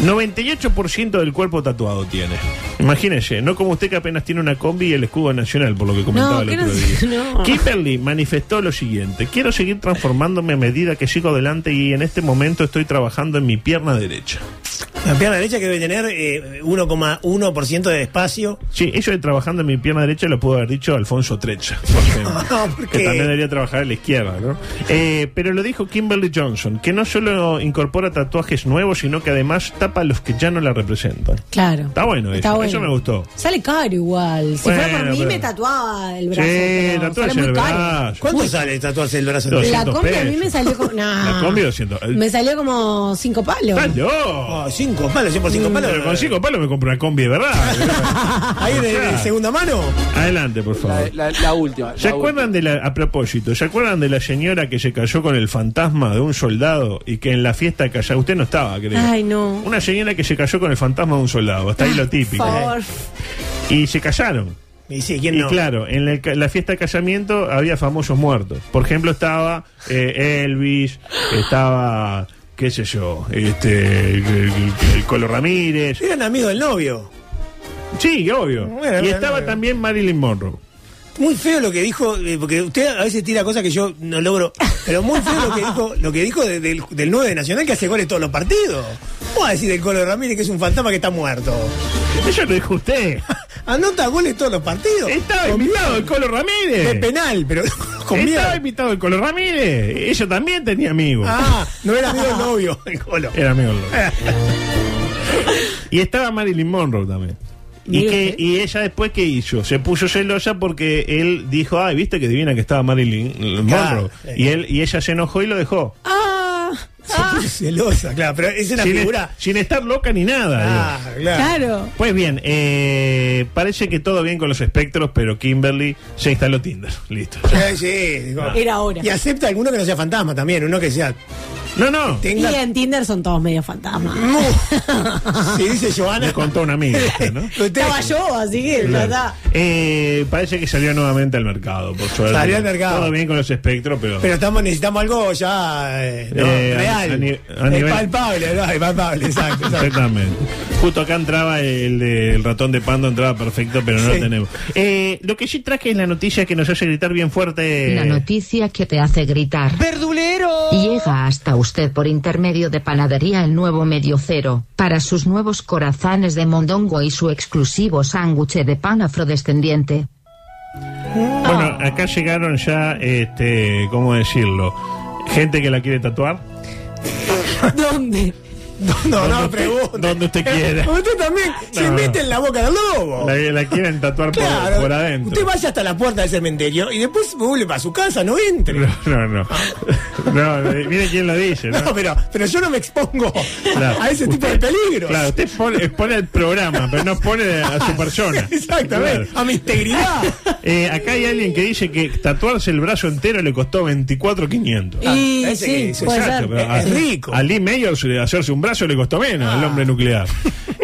S7: 98% del cuerpo tatuado tiene. Imagínese, no como usted que apenas tiene una combi y el escudo nacional, por lo que comentaba
S9: No,
S7: el
S9: que
S7: otro
S9: no-
S7: día.
S9: no.
S7: Kimberly manifestó lo siguiente: Quiero seguir transformándome a medida que sigo adelante y en este momento estoy trabajando en mi pierna derecha.
S6: La pierna derecha que debe tener eh, 1,1% de espacio.
S7: Sí, eso de trabajando en mi pierna derecha lo pudo haber dicho Alfonso Trecha, por ejemplo,
S6: No, Ah, porque-
S7: que también debería trabajar en la izquierda, ¿no? Eh, pero lo dijo Kimberly Johnson, que no solo incorpora tatuajes nuevos, sino que además tapa los que ya no la representan.
S9: Claro.
S7: Está bueno
S9: Está
S7: eso,
S9: bueno.
S7: eso me gustó.
S9: Sale caro igual. Si fuera por
S7: Bueno,
S9: mí,
S7: pero-
S9: me tatuaba el
S7: Sí,
S9: brazo. pero
S7: tatuaje
S9: sale
S7: en
S9: muy
S7: el
S9: caro.
S7: brazo.
S6: ¿Cuánto sale tatuarse el brazo?
S7: 200
S9: La combi a mí
S7: pesos.
S9: me salió como. nah.
S7: La combi Eh, 200.
S9: Ah. Me Oh, salió como cinco palos.
S7: ¡Estás loco!
S6: cinco palos, yo por cinco palos.
S7: Mm, Pero con cinco palos me compro una combi, de ¿verdad?
S6: ¿Ahí de, de segunda mano?
S7: Adelante, por favor.
S14: La, la última.
S7: ¿Se
S14: la última.
S7: acuerdan de la, a propósito, ¿se acuerdan de la señora que se cayó con el fantasma de un soldado y que en la fiesta cayó? Usted no estaba, creo.
S9: Ay, no.
S7: Una señora que se cayó con el fantasma de un soldado, hasta ahí lo
S9: Por
S7: típico.
S9: favor.
S7: Y se callaron.
S6: Y sí, ¿quién
S7: y
S6: no?
S7: claro, en la, ca- la fiesta de casamiento había famosos muertos. Por ejemplo, estaba eh, Elvis, estaba, qué sé yo, este, el, el- el Colo Ramírez.
S6: Eran amigos del novio.
S7: Sí, obvio.
S6: Bueno,
S7: y
S6: bueno,
S7: estaba
S6: bueno.
S7: también Marilyn Monroe.
S6: Muy feo lo que dijo, eh, porque usted a veces tira cosas que yo no logro. Pero muy feo lo que dijo, lo que dijo de- del, del 9 de Nacional que hace goles todos los partidos. ¿Cómo va a decir del Colo Ramírez que es un fantasma que está muerto?
S7: Eso lo dijo usted.
S6: Anota goles todos los partidos.
S7: Estaba
S6: Con-
S7: invitado el Colo Ramírez.
S6: De penal, pero con miedo.
S7: Estaba invitado el Colo Ramírez. Ella también tenía amigos.
S6: Ah, no era amigo del novio, el Colo.
S7: Era amigo. del Lobo. y estaba Marilyn Monroe también. Y,
S6: Mire
S7: que, y ella después, ¿qué hizo? Se puso celosa porque él dijo, ay, viste que divina que estaba Marilyn eh, Monroe.
S6: Claro.
S7: Y, él, y ella se enojó y lo dejó.
S9: Ah, ah,
S6: Celosa, claro, pero es una
S7: sin,
S6: figura.
S7: sin estar loca ni nada.
S6: Ah,
S7: digo.
S9: claro.
S7: Pues bien, eh, parece que todo bien con los espectros, pero Kimberly se instaló Tinder. Listo.
S6: Eh, sí, digo.
S9: Ah. Era hora.
S6: Y acepta alguno que no sea fantasma también, uno que sea.
S7: No, no.
S9: Y en Tinder son todos medio fantasmas.
S7: Si dice Joana. Me contó una amiga, ¿no?
S9: Estaba yo, así que, la
S7: Claro.
S9: verdad.
S7: Eh, parece que salió nuevamente al mercado, por suerte.
S6: Salió al mercado.
S7: Todo bien con los espectros, pero.
S6: Pero estamos, necesitamos algo ya eh, ¿no?
S7: Eh,
S6: real.
S7: a ni- a
S6: Eh,
S7: nivel-
S6: palpable, ¿no? Eh, palpable, exacto. exacto.
S7: Exactamente. Justo acá entraba el, de- el ratón de pando, entraba perfecto, pero no lo tenemos. Eh, lo que sí traje es la noticia que nos hace gritar bien fuerte.
S10: La noticia que te hace gritar. ¡Verdulero! Llega hasta usted por intermedio de Panadería El Nuevo Medio Cero, para sus nuevos corazones de mondongo y su exclusivo sándwich de pan afrodescendiente.
S7: Bueno, acá llegaron ya, este, ¿cómo decirlo? Gente que la quiere tatuar.
S9: ¿Dónde?
S6: No, no,
S7: Donde-
S6: pregunta.
S7: Donde usted quiera.
S6: Usted también se
S7: No.
S6: mete en la boca del lobo.
S7: La, la quieren tatuar por-
S6: Claro.
S7: por, adentro.
S6: Usted vaya hasta la puerta del cementerio y después uh, vuelve para su casa, no entre.
S7: No, no, no. No, no, mire quién lo dice, ¿no?
S6: No, pero, pero yo no me expongo
S7: Claro.
S6: a ese tipo de
S7: Usted-
S6: peligros.
S7: Claro, usted pone, expone el programa, pero no pone a su persona.
S6: Exactamente,
S7: Claro.
S6: a mi integridad.
S7: Eh, acá hay alguien que dice que tatuarse el brazo entero le costó 24.500.
S9: Y
S6: parece que
S9: sí,
S6: dice,
S9: puede
S7: Exacto,
S9: ser.
S7: pero a- A Lee Mayer su- hacerse un brazo le costó menos
S9: Ah.
S7: al hombre nuclear.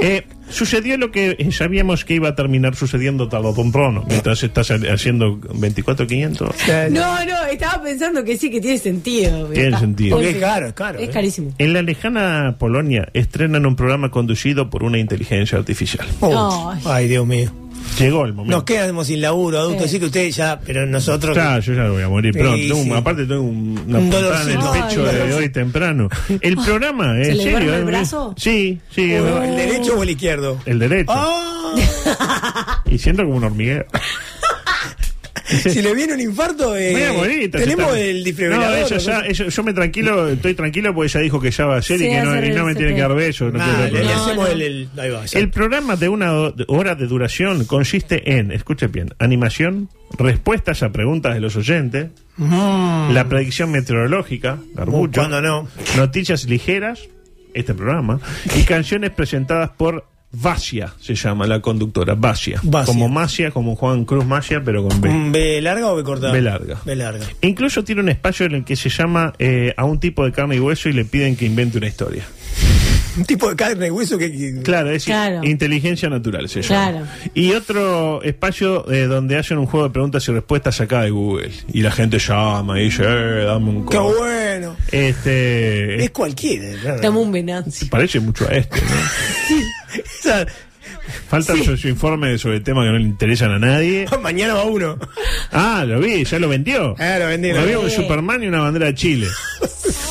S7: Eh, sucedió lo que eh, sabíamos que iba a terminar sucediendo tarde o temprano, mientras estás ha- haciendo 24.500.
S9: No, no, estaba pensando que sí, que tiene sentido.
S7: Tiene
S9: Está-
S7: sentido.
S6: Porque es caro, es caro.
S9: Es
S6: eh.
S9: carísimo.
S7: En la lejana Polonia estrenan un programa conducido por una inteligencia artificial.
S6: Oh,
S9: Ay.
S6: Ay, Dios mío.
S7: Llegó el momento.
S6: Nos quedamos sin laburo, adulto.
S9: Sí.
S6: Así que ustedes ya, pero nosotros.
S7: Claro, yo ya voy a morir
S6: Sí,
S7: pronto. Tengo un-
S6: sí.
S7: Aparte tengo un, una
S6: Un
S7: puntada en el
S6: dolorcito.
S7: pecho
S6: Ay,
S7: de hoy
S6: dolorcito.
S7: temprano. El programa,
S9: ¿Se
S7: ¿en
S9: le
S7: serio?
S9: duerme el
S7: ¿eh?
S9: brazo?
S7: Sí, sí.
S6: Oh,
S7: eh,
S6: ¿El derecho o el izquierdo?
S7: El derecho.
S6: Ah,
S7: Y siento como un hormiguero.
S6: si le viene un infarto, eh,
S7: Voy a morir,
S6: tenemos
S7: está-
S6: el desfibrilador.
S7: No, eso
S6: ¿no?
S7: ya, eso- yo me tranquilo, estoy tranquilo porque ella dijo que ya va a ser
S9: Sí,
S7: y que no,
S9: hacer
S7: y no me
S9: el
S7: tiene que dar besos. no
S6: Ah,
S7: tiene
S6: le, le
S7: problema.
S6: hacemos
S9: no.
S6: el, el- Ahí va, ya.
S7: El programa de una do- hora de duración consiste en, escuche bien, animación, respuestas a preguntas de los oyentes, la predicción meteorológica, garbucho,
S6: cuando no.
S7: noticias ligeras, este programa, y canciones presentadas por Vasia, se llama la conductora, Vasia.
S6: Vasia.
S7: Como Masia, como Juan Cruz Masia, pero con B.
S6: ¿Un B larga o B cortada?
S7: B larga.
S6: B larga.
S7: E incluso tiene un espacio en el que se llama eh, a un tipo de carne y hueso y le piden que invente una historia.
S6: Un tipo de carne y hueso que. que-
S7: Claro, es
S9: Claro.
S7: inteligencia natural se llama.
S9: Claro.
S7: Y otro espacio eh, donde hacen un juego de preguntas y respuestas acá de Google. Y la gente llama y dice, eh, dame un
S6: ¡Qué
S7: co-".
S6: bueno!
S7: Este.
S6: Es cualquiera. claro.
S9: Estamos un venancio.
S7: Parece mucho a este, ¿no?
S6: O sea,
S7: Falta su, su informe sobre temas que no le interesan a nadie.
S6: mañana va uno.
S7: Ah, lo vi, ya lo vendió.
S6: Ah, lo vendieron.
S7: Había un
S9: Sí.
S7: Superman y una bandera de Chile.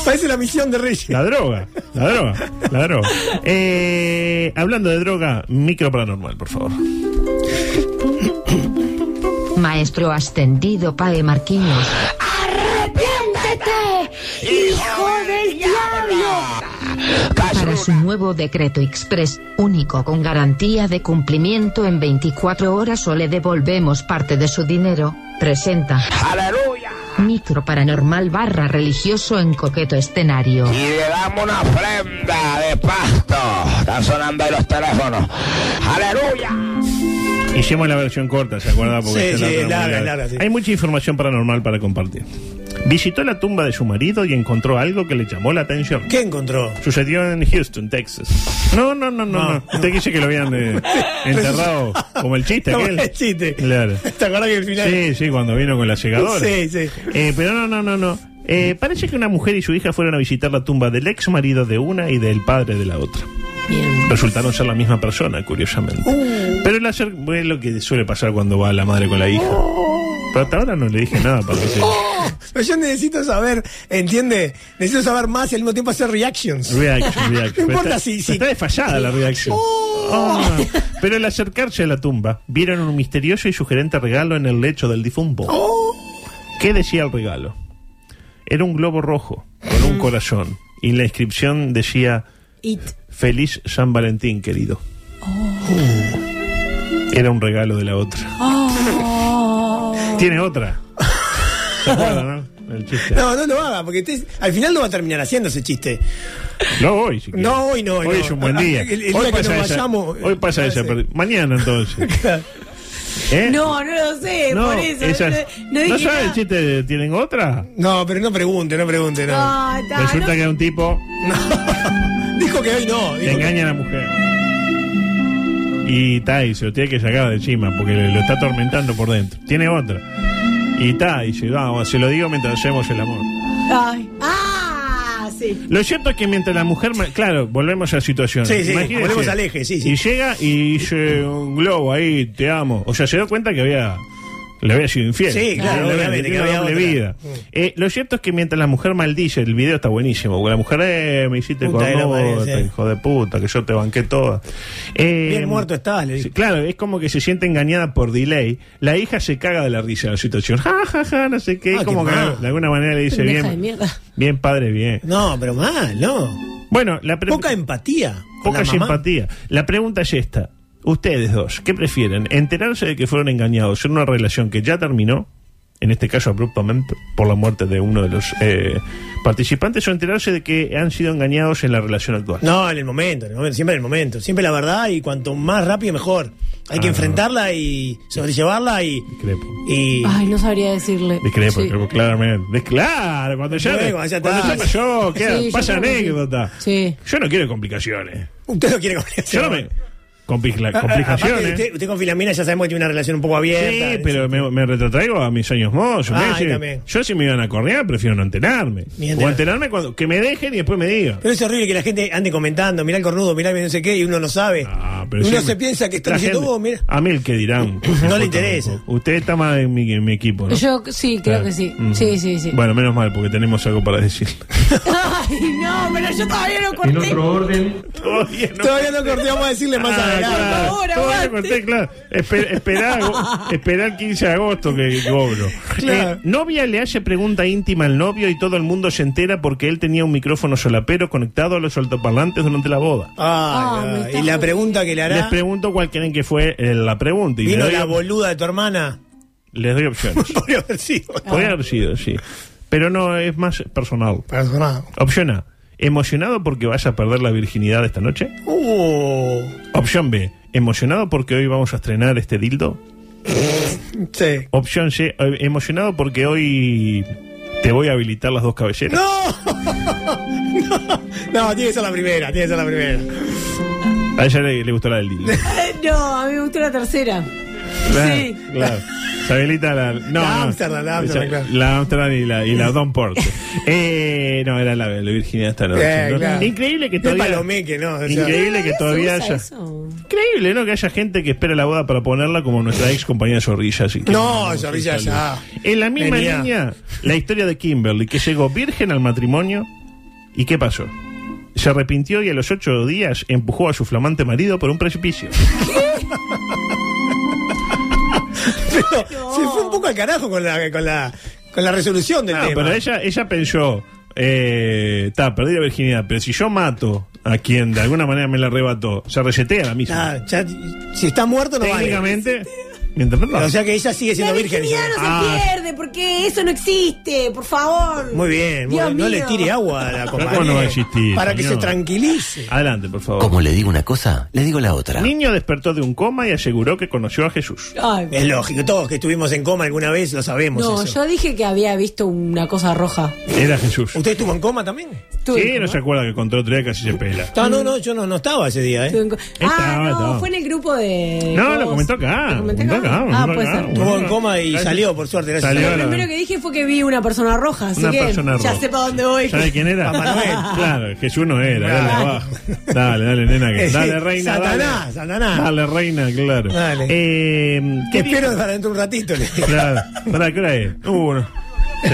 S6: Parece la misión de Reyes.
S7: La droga, la droga, la droga. Eh, hablando de droga, micro paranormal, por favor.
S10: Maestro ascendido Pae Marquinhos. Para su nuevo decreto express, único con garantía de cumplimiento en 24 horas o le devolvemos parte de su dinero, presenta
S4: Aleluya.
S10: Micro Paranormal barra religioso en coqueto escenario.
S4: Y le damos una prenda de pasto. Están sonando ahí los teléfonos. Aleluya.
S7: Hicimos la versión corta, ¿se acuerda?
S6: Sí,
S7: está la
S6: sí,
S7: otra
S6: larga,
S7: muy
S6: larga, sí.
S7: Hay mucha información paranormal para compartir. Visitó la tumba de su marido y encontró algo que le llamó la atención.
S6: ¿Qué encontró?
S7: Sucedió en Houston, Texas. No, no, no, no.
S6: No.
S7: no. Usted quise que lo habían eh, enterrado como el chiste
S6: Como
S7: aquel.
S6: el chiste.
S7: Claro.
S6: ¿Te acordás que el final?
S7: Sí, sí, cuando vino con la llegadora.
S6: Sí, sí.
S7: Eh, pero no, no, no, no. Eh, parece que una mujer y su hija fueron a visitar la tumba del ex marido de una y del padre de la otra. Resultaron ser la misma persona, curiosamente.
S6: Uh.
S7: Pero el hacer es lo que suele pasar cuando va la madre con la hija.
S6: Oh.
S7: Pero hasta ahora no le dije nada para que se-
S6: Pero yo necesito saber, ¿entiende? Necesito saber más y al mismo tiempo hacer reactions.
S7: Reaction, reaction.
S6: No importa
S7: Pero está-
S6: si- Oh. si-
S7: Está desfallada la reacción. Ah. Pero al acercarse a la tumba, vieron un misterioso y sugerente regalo en el lecho del difunto.
S6: Oh.
S7: ¿Qué decía el regalo? Era un globo rojo con
S6: Mm.
S7: un corazón. Y la inscripción decía:
S9: It.
S7: Feliz San Valentín, querido.
S6: Oh.
S7: Era un regalo de la otra.
S6: Oh.
S7: Tiene otra. ¿Se acuerdan, no? El chiste.
S6: No, no lo haga, porque usted- al final no va a terminar haciendo ese chiste.
S7: No hoy, si quiere.
S6: No, hoy no, hoy
S7: Hoy
S6: no.
S7: es un buen día.
S6: El- el día
S7: hoy,
S6: que
S7: pasa
S6: nos
S7: esa,
S6: vayamos,
S7: hoy pasa
S6: no
S7: esa.
S6: sé.
S7: per- Mañana entonces. ¿Eh?
S9: No, no lo sé,
S7: No,
S9: por eso.
S7: esa-
S9: no, no
S7: ¿No
S9: dije
S7: sabe el
S9: nada.
S7: chiste? de- ¿Tienen otra?
S6: No, pero no pregunte, no pregunte. No.
S9: No, Ah, está,
S7: Resulta
S9: no.
S7: que un tipo
S6: Dijo que hoy no.
S7: le engaña a la mujer. Y está, y se lo tiene que sacar de encima porque le- lo está atormentando por dentro. Tiene otra. Y está, y dice, vamos, se lo digo mientras hacemos el amor.
S9: Ay. Ah, sí.
S7: Lo cierto es que mientras la mujer. ma- Claro, volvemos a la situación.
S6: Sí, sí,
S7: Imagínese.
S6: volvemos al eje, sí, sí.
S7: Y llega y dice un globo ahí, te amo. O sea, se dio cuenta que había. Le había sido infiel.
S6: Sí, claro,
S7: Le- le-
S6: obviamente,
S7: le-
S6: que
S7: le-
S6: había
S7: doble
S6: otra. Mm.
S7: vida. Eh, lo cierto es que mientras la mujer maldice, el video está buenísimo. porque La mujer, eh, me hiciste
S6: Puta, era
S7: cornuda,
S6: madre, sí.
S7: hijo de puta, que yo te banqué toda. Eh,
S6: Bien muerto este estás, le
S7: Sí,
S6: dije.
S7: claro, es como que se siente engañada por delay. La hija se caga de la risa de la situación. Ja, ja, ja, no sé qué.
S6: Ah, qué
S7: como que
S6: mal.
S7: de alguna manera le dice
S9: Pendeja de
S7: bien.
S9: mierda.
S7: Bien, padre, bien.
S6: No, pero mal, no.
S7: Bueno, la pre-
S6: Poca empatía. con
S7: poca
S6: la mamá.
S7: simpatía. La pregunta es esta. Ustedes dos, ¿qué prefieren? ¿Enterarse de que fueron engañados en una relación que ya terminó, en este caso abruptamente, por la muerte de uno de los eh, participantes, o enterarse de que han sido engañados en la relación actual?
S6: No, en el momento, en el momento, siempre en el momento. Siempre la verdad y cuanto más rápido mejor. Hay
S7: Ah.
S6: que enfrentarla y sobrellevarla y.
S7: Discrepo.
S6: y
S9: Ay, no sabría decirle.
S7: Discrepo,
S9: Sí.
S7: discrepo, claramente. Dis- Claro, cuando ya,
S6: Luego, allá
S7: cuando
S6: está.
S7: ya pasó, queda-
S6: Sí, yo
S7: pasa
S6: creo que sí.
S7: anécdota.
S9: Sí.
S7: Yo no quiero complicaciones.
S6: Usted no quiere
S7: Yo no
S6: complicaciones.
S7: me... complicla-
S6: A- a- aparte,
S7: complicaciones.
S6: usted, usted con Filamina ya sabemos que tiene una relación un poco abierta.
S7: Sí, pero me, me retrotraigo a mis años mozos.
S6: Ah,
S7: ¿me?
S6: ahí
S7: Sí.
S6: también.
S7: Yo si me iban a cornear, prefiero no enterarme.
S6: Ni
S7: O
S6: enterar.
S7: enterarme cuando que me dejen y después me digan.
S6: Pero es horrible que la gente ande comentando, mirá el cornudo, mirá el no sé qué, y uno no sabe.
S7: Ah, Pero
S6: uno
S7: sí,
S6: se
S7: me-
S6: piensa que está
S7: la
S6: diciendo
S7: gente-
S6: "Oh,
S7: Ah,
S6: vos, mirá.
S7: A mí el que dirán.
S6: No le interesa.
S7: Usted está más en mi, en mi equipo, ¿no?
S9: Yo sí, creo
S7: Claro.
S9: que sí.
S7: Mm.
S9: Sí, sí, sí.
S7: Bueno, menos mal, porque tenemos algo para decir.
S9: Ay, no, pero yo todavía no corté.
S7: orden. Todavía no,
S6: Todavía no corté, vamos a decirle más
S7: Ah,
S6: adelante.
S7: Claro,
S9: Por favor,
S7: todavía
S9: aguante.
S7: no corté, claro. Espe- esperá, go- esperá el 15 de agosto que cobro.
S6: Claro.
S7: Eh, novia le hace pregunta íntima al novio y todo el mundo se entera porque él tenía un micrófono solapero conectado a los altoparlantes durante la boda.
S6: Ah,
S9: Ah,
S6: la-
S9: me está
S6: y la pregunta que le
S7: Les
S6: hará,
S7: pregunto cuál creen que fue eh, la pregunta y les
S6: ¿vino
S7: doy,
S6: la boluda de tu hermana?
S7: les doy opciones.
S6: Podría haber sido.
S9: Ah.
S7: Podría haber sido, sí. Pero no, es más personal.
S6: Personal.
S7: Opción A. ¿Emocionado porque vas a perder la virginidad esta noche?
S6: Uh,
S7: Opción B. ¿Emocionado porque hoy vamos a estrenar este dildo?
S6: sí.
S7: Opción C, eh, emocionado porque hoy te voy a habilitar las dos cabelleras.
S6: ¡No! no, tiene que ser la primera, tiene que ser la primera.
S7: A ella le, le gustó la del dildo.
S9: Eh, No, a mí me gustó la tercera.
S7: Claro,
S9: Sí.
S7: claro. Se habilita la... No,
S6: La
S7: no.
S6: Amsterdam, la Amsterdam,
S7: Esa-
S6: claro.
S7: la Amsterdam y la, y la Don Porte. Eh, no, era la, la Virginia hasta noche.
S6: Eh,
S7: ¿no?
S6: claro.
S7: Increíble que
S6: Qué
S7: todavía...
S6: palomeque, ¿no? O sea,
S7: Increíble que todavía
S9: ¿Se usa
S7: haya...
S9: eso?
S7: Increíble, ¿no? Que haya gente que espera la boda para ponerla como nuestra ex compañera Zorrilla. Así que
S6: No, Zorrilla ya.
S7: En la misma
S6: Venía.
S7: línea, la historia de Kimberly, que llegó virgen al matrimonio. ¿Y qué pasó? Se arrepintió y a los ocho días empujó a su flamante marido por un precipicio.
S6: Este Pero se fue un poco al carajo con la, con la, con la resolución del
S7: No,
S6: tema.
S7: Ah, pero ella, ella pensó, eh, está, perdí la virginidad, pero si yo mato a quien de alguna manera me la arrebató, se resetea la misma.
S6: Ah, ya- si está muerto no vale.
S7: Técnicamente, mientras tanto,
S6: O sea que ella sigue
S9: La
S6: siendo virgen.
S9: virginidad no se
S7: Ah.
S9: pierde porque eso no existe, por favor.
S6: Muy bien, muy
S9: Dios
S6: bien. no le
S9: mío.
S6: tire agua a la
S7: ¿cómo
S6: compañía.
S7: no va a existir,
S6: para que se
S7: señor? Ah.
S6: tranquilice.
S7: adelante, por favor.
S1: Como le digo una cosa, le digo la otra.
S7: Niño despertó de un coma y aseguró que conoció a Jesús.
S9: Ay,
S6: Es lógico, todos que estuvimos en coma alguna vez lo sabemos.
S9: no,
S6: eso.
S9: yo dije que había visto una cosa roja.
S7: Era Jesús.
S6: ¿Usted estuvo en coma también?
S9: Estuve en
S7: Sí, no
S9: coma.
S7: se acuerda que contó tres casi se pela.
S6: No, no, no, yo no, no estaba ese día,
S9: Estuve
S6: ¿eh?
S9: en co-
S7: Estaba,
S9: ah, no,
S7: estaba.
S9: fue en el grupo de.
S7: Este No, lo
S9: vos.
S7: comentó acá,
S9: ¿Lo comenté acá?
S7: comentó acá,
S9: Ah,
S7: comentó
S9: puede
S7: acá.
S9: ser.
S6: Estuvo en coma y
S7: Gracias.
S6: salió, por suerte, gracias
S7: Salió
S6: a
S7: la-
S6: Dios.
S9: Lo primero que dije fue que vi una persona roja, así
S7: Una
S9: que
S7: persona
S9: ya
S7: roja.
S9: sepa dónde voy.
S7: ¿Sabe quién era?
S6: Papá Noel.
S7: Claro, Jesús no era, dale
S6: Claro.
S7: abajo. Dale, dale, nena. que-
S6: Eh,
S7: Dale, reina.
S6: Satanás,
S7: dale.
S6: Satanás.
S7: Dale, reina, claro.
S6: Dale.
S7: Eh,
S6: Te
S7: ¿qué
S6: espero
S7: dijo?
S6: para dentro de un ratito. le dije.
S7: Claro, ¿para qué hora es? Uno.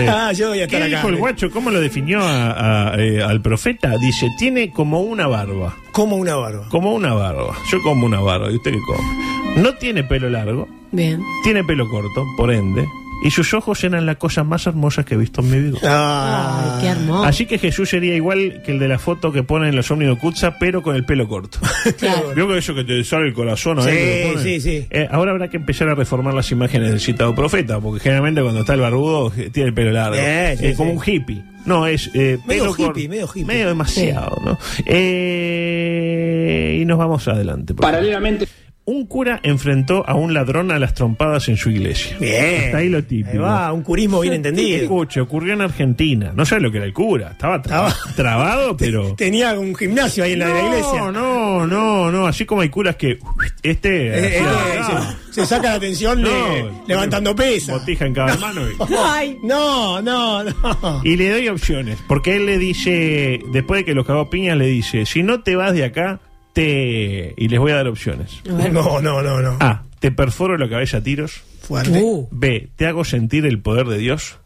S6: Ah, yo voy a estar
S7: ¿Qué
S6: acá.
S7: dijo el guacho? ¿Cómo lo definió a- a, eh, al profeta? Dice, tiene como una barba.
S6: Como una barba.
S7: Como una barba. Yo como una barba. ¿Y usted qué come? No tiene pelo largo.
S9: Bien.
S7: Tiene pelo corto, por ende, y sus ojos eran la cosa más hermosa que he visto en mi vida.
S6: Ah,
S9: Ay, qué hermoso.
S7: Así que Jesús sería igual que el de la foto que ponen en los ómnibus Kutza, pero con el pelo corto.
S9: Claro.
S7: Vio que eso que te sale el corazón ahí,
S6: Sí,
S7: que lo ponen?
S6: sí, sí.
S7: Eh, ahora habrá que empezar a reformar las imágenes del citado profeta, porque generalmente cuando está el barbudo eh, tiene el pelo largo.
S6: Eh,
S7: es
S6: sí,
S7: como
S6: sí.
S7: un hippie. No, es eh,
S6: Medio
S7: pelo
S6: hippie,
S7: corto.
S6: medio hippie.
S7: Medio demasiado, ¿no? Eh, y nos vamos adelante. por favor.
S14: Paralelamente.
S7: Un cura enfrentó a un ladrón a las trompadas en su iglesia.
S6: Bien.
S7: Hasta ahí lo típico.
S6: Ahí va, un curismo bien entendido.
S7: Escuche, ocurrió en Argentina. No sé lo que era el cura. Estaba tra- trabado, pero.
S6: Tenía un gimnasio ahí en la, de la iglesia.
S7: No, no, no, no. Así como hay curas que. Este.
S6: Eh, eh,
S7: hacía-
S6: se, se saca la atención
S7: No,
S6: le- levantando pesas.
S7: Botija en cada mano. y-
S6: Ay, no, no, no.
S7: Y le doy opciones, porque él le dice, después de que los cagó piñas, le dice, si no te vas de acá, te... Y les voy a dar opciones.
S6: No, no, no, no.
S7: A, te perforo la cabeza a tiros.
S6: Fuerte.
S7: B, te hago sentir el poder de Dios.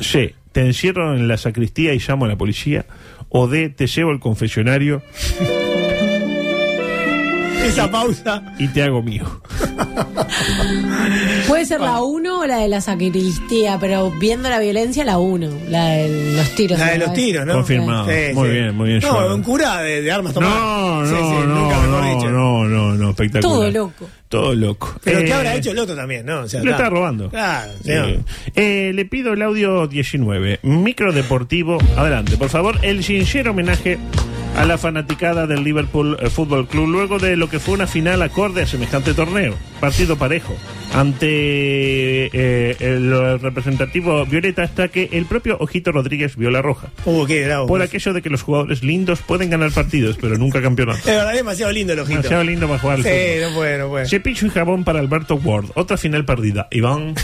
S7: C, te encierro en la sacristía y llamo a la policía. O D, te llevo al confesionario
S6: Esa pausa.
S7: y te hago mío.
S9: Puede ser la 1 o la de la sacristía, pero viendo la violencia, la 1, la de los tiros.
S6: La de
S9: ¿no?
S6: los tiros, ¿no?
S7: Confirmado.
S6: Sí,
S7: muy
S6: sí.
S7: bien, muy bien.
S6: No,
S7: Joana.
S6: un cura de, de armas tomadas.
S7: No, no,
S6: Sí, sí, nunca
S7: no,
S6: mejor
S7: no,
S6: dicho.
S7: no, no, no, espectacular.
S6: Todo loco.
S7: Todo loco.
S6: Pero
S7: Eh,
S6: ¿qué habrá hecho el otro también, no? O sea,
S7: Lo
S6: está-
S7: está robando.
S6: Claro,
S7: Sí.
S6: señor.
S7: Eh, le pido el audio 19. Micro deportivo. Adelante, por favor. El sincero homenaje a la fanaticada del Liverpool eh, Fútbol Club luego de lo que fue una final acorde a semejante torneo. Partido parejo. Ante eh, el representativo Violeta hasta que el propio Ojito Rodríguez vio la roja.
S6: Uh, qué bravo.
S7: Por aquello de que los jugadores lindos pueden ganar partidos, pero nunca campeonatos.
S6: De verdad, es demasiado lindo el ojito.
S7: Demasiado lindo para jugar al
S6: Sí,
S7: fútbol.
S6: no puede, no puede.
S7: Cepillo y jabón para Alberto Ward. Otra final perdida. Iván.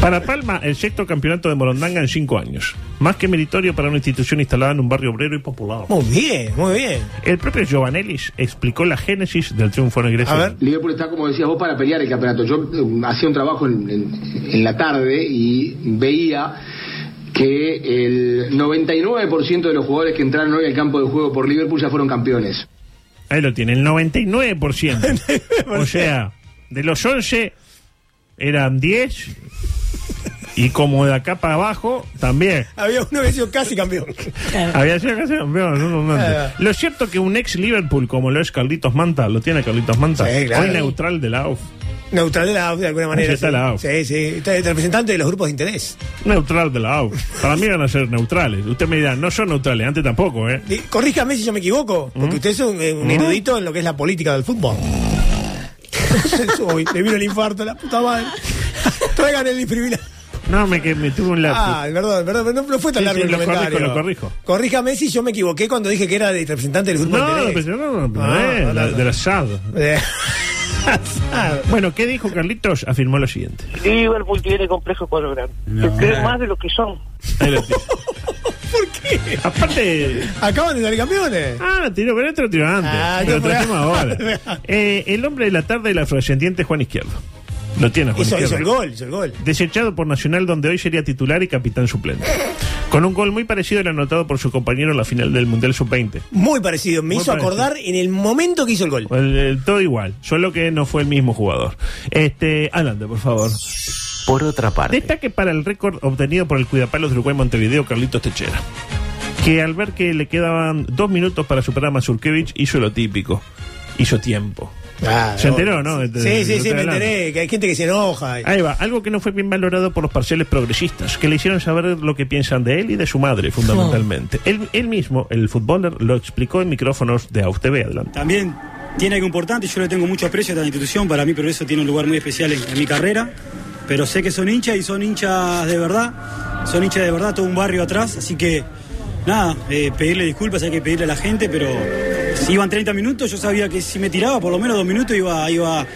S7: Para Palma, el sexto campeonato de Morondanga en cinco años. Más que meritorio para una institución instalada en un barrio obrero y popular.
S6: Muy bien, muy bien.
S7: El propio Giovanellis explicó la génesis del triunfo en Grecia.
S15: Liverpool está, como decías vos, para pelear el campeonato. Yo eh, hacía un trabajo en, en- en la tarde y veía que el 99% de los jugadores que entraron hoy al campo de juego por Liverpool ya fueron campeones.
S7: Ahí lo tiene, el 99%. o sea, de los 11 eran 10. Y como de acá para abajo, también.
S6: Había uno que había sido casi campeón.
S7: Había sido casi campeón, no, no, no.
S6: Ah.
S7: Lo cierto que un ex Liverpool como lo es Carlitos Manta, lo tiene Carlitos Manta,
S6: Sí, claro.
S7: hoy neutral de la UF.
S6: Neutral de la AUF, de alguna manera.
S7: Ahí está
S6: sí.
S7: la AUF.
S6: Sí, sí. Está el representante de los grupos de interés.
S7: Neutral de la AUF. Para mí van a ser neutrales. Usted me dirá, no son neutrales, antes tampoco, ¿eh?
S6: Di- Corríjame si yo me equivoco, porque usted es un, eh, un erudito en lo que es la política del fútbol. Uy, le vino el infarto, la puta madre. Traigan el desfibrilador.
S7: No, me, que me tuve un lapsus.
S6: Ah, perdón, perdón, pero no, no fue tan
S7: Sí,
S6: largo
S7: sí,
S6: el
S7: lo corrijo,
S6: comentario.
S7: lo corrijo.
S6: Corríjame si yo me equivoqué cuando dije que era el representante del grupo
S7: No,
S6: de Ah, interés.
S7: pero no, no, no, eh, la- de la SAD. Bueno, ¿qué dijo Carlitos? Afirmó lo siguiente.
S16: Liverpool tiene complejos por lograr.
S7: No.
S16: Se creen más de lo que son.
S7: Ahí lo tiene. Aparte.
S6: Acaban de salir campeones.
S7: Ah, lo tiró, pero esto lo tiró antes.
S6: Ah,
S7: pero lo
S6: qué
S7: trajimos
S6: bravo.
S7: ahora. Eh, el hombre de la tarde, el afrodescendiente Juan Izquierdo. Lo tiene Juan
S6: Hizo,
S7: Izquierdo.
S6: hizo el gol, hizo el gol.
S7: Desechado por Nacional, donde hoy sería titular y capitán suplente. Con un gol muy parecido al anotado por su compañero en la final del Mundial Sub-20.
S6: Muy parecido, me
S7: Muy
S6: hizo
S7: parecido.
S6: acordar en el momento que hizo el gol.
S7: El- el- todo igual, solo que no fue el mismo jugador. Este, adelante, por favor.
S1: Por otra parte,
S7: Destaque para el récord obtenido por el Cuidapalos de Uruguay Montevideo, Carlitos Techera. Que al ver que le quedaban dos minutos para superar a Mazurkevich, hizo lo típico. Hizo tiempo. Se enteró, ¿no? De- de- de
S6: Sí,
S7: lo
S6: sí, sí,
S7: que
S6: me
S7: hablamos.
S6: enteré, que hay gente que se enoja.
S7: Ahí va, algo que no fue bien valorado por los parciales progresistas, que le hicieron saber lo que piensan de él y de su
S6: Oh.
S7: madre, fundamentalmente. Él, él mismo, el futboler, lo explicó en micrófonos de AUF TV. Adelante.
S8: También tiene algo importante, yo le tengo mucho aprecio a esta institución, para mí Progreso tiene un lugar muy especial en, en mi carrera, pero sé que son hinchas y son hinchas de verdad, son hinchas de verdad, todo un barrio atrás, así que nada, eh, pedirle disculpas, hay que pedirle a la gente, pero si iban 30 minutos, yo sabía que si me tiraba por lo menos dos minutos iba, iba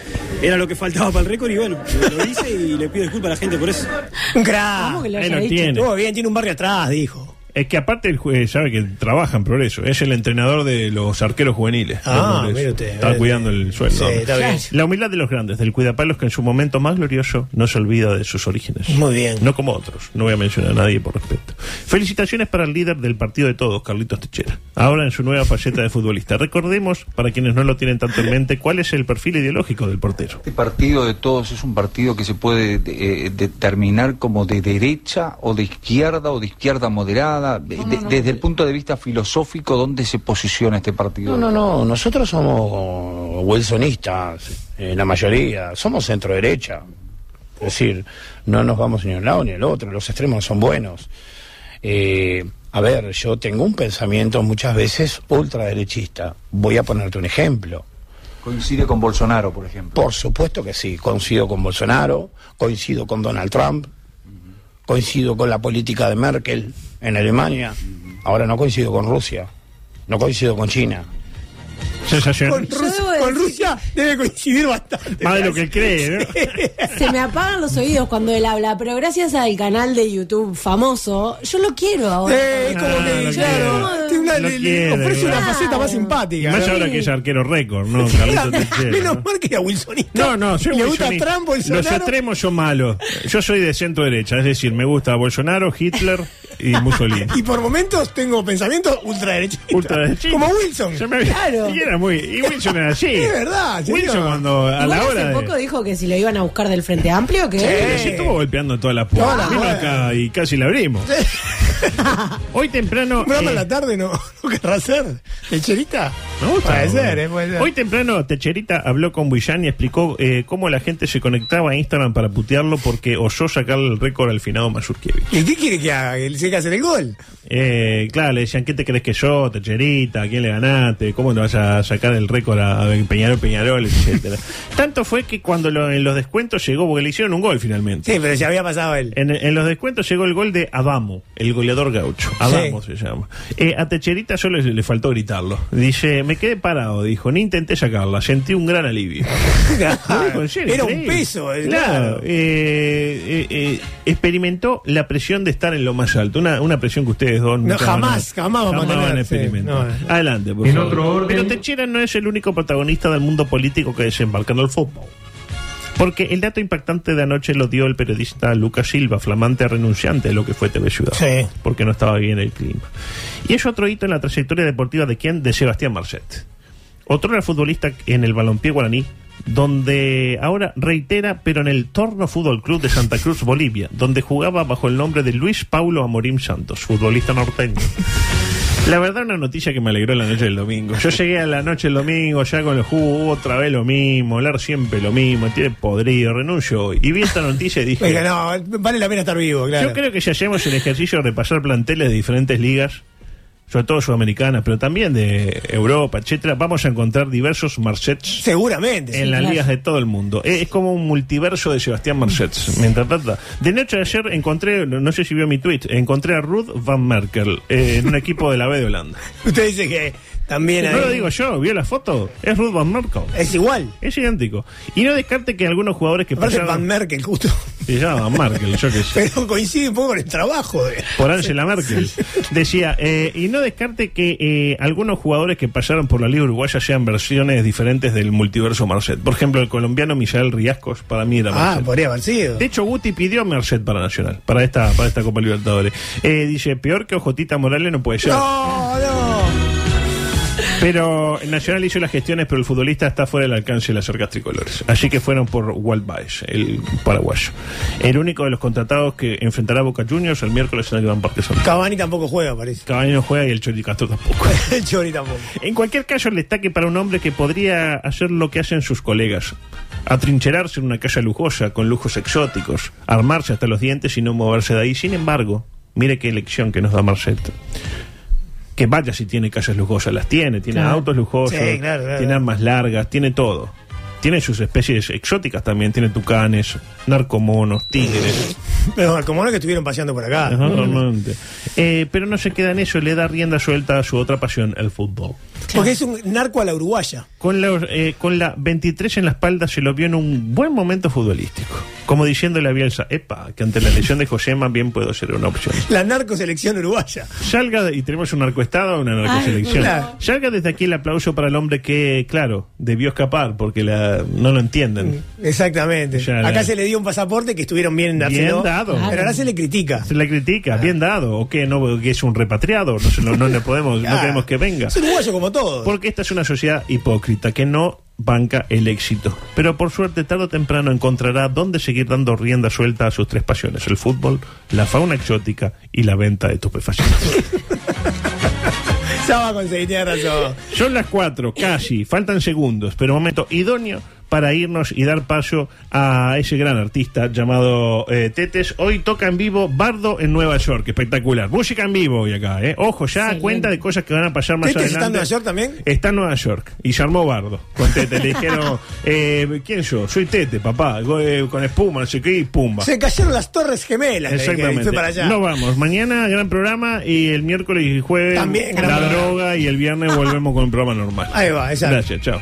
S8: era lo que faltaba para el récord y bueno, lo, lo hice y le pido disculpas a la gente por eso.
S6: Un crack.
S7: que lo Ahí haya lo dicho? tiene.
S6: Estuvo bien, tiene un barrio atrás, dijo.
S7: Es que aparte el juez sabe que trabaja en progreso. Es el entrenador de los arqueros juveniles.
S6: Ah,
S7: de Progreso.
S6: mire usted,
S7: Está
S6: mire
S7: cuidando el sueldo.
S6: Sí, está bien.
S7: La humildad de los grandes, del cuidapalos que en su momento más glorioso no se olvida de sus orígenes.
S6: Muy bien.
S7: No como otros. No voy a mencionar a nadie por respeto. Felicitaciones para el líder del partido de todos, Carlitos Techera. Ahora en su nueva faceta de futbolista. Recordemos, para quienes no lo tienen tanto en mente, cuál es el perfil ideológico del portero.
S17: Este partido de todos es un partido que se puede eh, determinar como de derecha o de izquierda o de izquierda moderada, de- de- desde el punto de vista filosófico, ¿dónde se posiciona este partido?
S18: No, no, no, nosotros somos wilsonistas, eh, la mayoría, somos centro derecha. Es decir, no nos vamos ni a un lado ni al otro, los extremos son buenos. Eh, a ver, yo tengo un pensamiento muchas veces ultraderechista. Voy a ponerte un ejemplo.
S17: Coincide con Bolsonaro, por ejemplo.
S18: Por supuesto que sí, coincido con Bolsonaro, coincido con Donald Trump, coincido con la política de Merkel en Alemania, ahora no coincido con Rusia, no coincido con China.
S7: Sensación.
S6: Con Rusia, con Rusia debe coincidir bastante.
S7: Más de lo que él cree, ¿eh? ¿no?
S9: Se me apagan los oídos cuando él habla, pero gracias al canal de YouTube famoso, yo lo quiero
S7: Ah,
S9: ahora.
S6: Eh, es como que, claro, tiene una-
S7: lo
S6: le- le
S7: quiere,
S6: ofrece una
S7: claro.
S6: faceta más simpática.
S7: Más
S6: ¿no?
S7: ahora que es arquero récord, ¿no? Carlito Techera,
S6: Menos
S7: ¿no?
S6: mal que era Wilsonista.
S7: No, no, soy
S6: Le gusta
S7: bolsonista.
S6: Trump,
S7: Los
S6: Bolsonaro.
S7: extremos son malos. Yo soy de centro derecha, es decir, me gusta Bolsonaro, Hitler y Mussolini.
S6: Y por momentos tengo pensamientos ultraderechistas.
S7: Ultraderechistas.
S6: Como Wilson.
S7: Se me- Y era muy. Y Wilson era así.
S6: Es verdad, señor.
S7: Wilson cuando a
S9: Igual
S7: la hora
S9: hace
S7: de.
S9: poco dijo que si lo iban a buscar del Frente Amplio, que...
S7: Sí, pero sí estuvo golpeando todas las puertas.
S9: Todas las
S7: Vino
S9: puertas.
S7: acá y casi la abrimos. Hoy temprano.
S6: Un programa
S7: eh,
S6: en la tarde no, no querrá hacer. Techerita.
S7: Me gusta.
S6: Puede ser, eh, puede ser.
S7: Hoy temprano Techerita habló con Buillán y explicó eh, cómo la gente se conectaba a Instagram para putearlo porque osó sacarle el récord al finado Mazurkiewicz.
S6: ¿Y qué quiere que haga? ¿Que le llegue a hacer el gol?
S7: Eh, claro, le decían, ¿qué te crees que yo, Techerita? ¿A quién le ganaste? ¿Cómo le vas a sacar el récord a a Peñarol, Peñarol, etcétera? Tanto fue que cuando lo- en los descuentos llegó, porque le hicieron un gol finalmente.
S6: Sí, pero ya había pasado él.
S7: En, en los descuentos llegó el gol de Adamo, el goleador gaucho. Adamo se llama. Eh, a Techerita solo le, le faltó gritarlo. Dice, me quedé parado, dijo, ni intenté sacarla, sentí un gran alivio. Lo dijo en serio,
S6: Era un
S7: increíble.
S6: peso, eh,
S7: Claro,
S6: claro.
S7: eh, eh, eh, experimentó la presión de estar en lo más alto, una, una presión que ustedes dos
S6: No,
S7: nunca van a-
S6: jamás, jamás vamos a tener,
S7: van a
S6: sí,
S7: experimentar.
S6: no, eh.
S7: Adelante, por
S6: En
S7: favor.
S6: otro orden-
S7: Pero Techera no es el único protagonista del mundo político que desembarca en el fútbol. Porque el dato impactante de anoche lo dio el periodista Lucas Silva, flamante renunciante de lo que fue TV Ciudad. Porque no estaba bien el clima. Y es otro hito en la trayectoria deportiva de quién? De Sebastián Marcet. Otro era futbolista en el balompié guaraní, donde ahora reitera, pero en el Torno Fútbol Club de Santa Cruz, Bolivia, donde jugaba bajo el nombre de Luis Paulo Amorim Santos, futbolista norteño. La verdad, una noticia que me alegró la noche del domingo. Yo llegué a la noche del domingo ya con el jugo, otra vez lo mismo, hablar siempre lo mismo, tiene podrido, renuncio hoy. Y vi esta noticia y dije.
S6: Venga, no, vale la pena estar vivo, claro.
S7: Yo creo que si hacemos el ejercicio de repasar planteles de diferentes ligas, sobre todo sudamericanas, pero también de Europa, etcétera, vamos a encontrar diversos Marcets.
S6: Seguramente.
S7: En las ligas de todo el mundo. Es, es como un multiverso de Sebastián Marcets. Mientras trata. De noche ayer encontré, no sé si vio mi tweet, encontré a Ruth Van Merkel eh, en un equipo de la B de Holanda.
S6: Usted dice que también
S7: No
S6: hay-
S7: lo digo yo, vio la foto. Es Ruth Van Merkel.
S6: Es igual.
S7: Es idéntico. Y no descarte que algunos jugadores que
S6: Aparte
S7: pasaron.
S6: Van Merkel, justo.
S7: Se llama Van Merkel, yo qué sé.
S6: Pero coincide un poco con el trabajo. De...
S7: por Angela Merkel. Decía, eh, y no descarte que eh, algunos jugadores que pasaron por la Liga Uruguaya sean versiones diferentes del multiverso Marcet. Por ejemplo, el colombiano Misael Riascos para mí era
S6: Ah,
S7: Marcet.
S6: podría haber sido.
S7: De hecho, Guti pidió a Merced para Nacional, para esta, para esta Copa Libertadores. Eh, dice, peor que Ojotita Morales no puede ser.
S6: No, no.
S7: Pero el Nacional hizo las gestiones, pero el futbolista está fuera del alcance de las arcas tricolores. Así que fueron por Walt Baez, el paraguayo. El único de los contratados que enfrentará a Boca Juniors el miércoles en el Gran Parque Central.
S6: Cavani tampoco juega, parece.
S7: Cavani no juega y el Chori Castro tampoco.
S6: El Chori tampoco.
S7: En cualquier caso, el destaque para un hombre que podría hacer lo que hacen sus colegas. Atrincherarse en una casa lujosa, con lujos exóticos, armarse hasta los dientes y no moverse de ahí. Sin embargo, mire qué elección que nos da Marcet. Que vaya si tiene casas lujosas, las tiene, tiene
S6: Claro.
S7: autos lujosos,
S6: Sí, claro, claro.
S7: tiene armas largas, tiene todo. Tiene sus especies exóticas también, tiene tucanes, narcomonos, tigres.
S6: Pero como no que estuvieron paseando por acá.
S7: Ajá, realmente. Eh, pero no se queda en eso, le da rienda suelta a su otra pasión, el fútbol.
S6: Porque es un narco a la uruguaya.
S7: Con la, eh, con la 23 en la espalda se lo vio en un buen momento futbolístico. Como diciéndole a Bielsa, epa, que ante la lesión de Josema bien puedo ser una opción.
S6: La narcoselección uruguaya.
S7: Salga, de- y tenemos un narcoestado, una narcoselección.
S6: Ay, claro.
S7: Salga desde aquí el aplauso para el hombre que, claro, debió escapar porque la, no lo entienden.
S6: Exactamente.
S7: Ya,
S6: acá
S7: la-
S6: se le dio un pasaporte que estuvieron bien,
S7: Bien
S6: afiló,
S7: dado.
S6: Pero ahora se le critica.
S7: Se la critica, bien dado, o que no, que es un repatriado, no, se- no, no le podemos, no
S6: Ah,
S7: queremos que venga.
S6: Es uruguayo como todos.
S7: Porque esta es una sociedad hipócrita que no banca el éxito. Pero por suerte, tarde o temprano encontrará dónde seguir dando rienda suelta a sus tres pasiones: el fútbol, la fauna exótica y la venta de estupefacientes.
S6: Ya va a conseguir, tiene razón.
S7: Son las cuatro, casi, faltan segundos, pero momento idóneo para irnos y dar paso a ese gran artista llamado eh, Tetes. Hoy toca en vivo Bardo en Nueva York, espectacular. Música en vivo hoy acá, ¿eh? Ojo, ya cuenta de cosas que van a pasar más
S6: ¿Tetes
S7: adelante.
S6: está en Nueva York también?
S7: Está en Nueva York y se armó Bardo con Tete. Le dijeron, eh, ¿quién yo? Soy Tete, papá, go- eh, con espuma, no sé qué, y pumba.
S6: Se cayeron las torres gemelas. le dije, y
S7: Exactamente.
S6: eh, Fue para allá.
S7: No vamos. Mañana gran programa y el miércoles y jueves
S6: También gran
S7: la
S6: programa.
S7: droga y el viernes volvemos con el programa normal.
S6: Ahí va, exacto.
S7: Gracias, chao.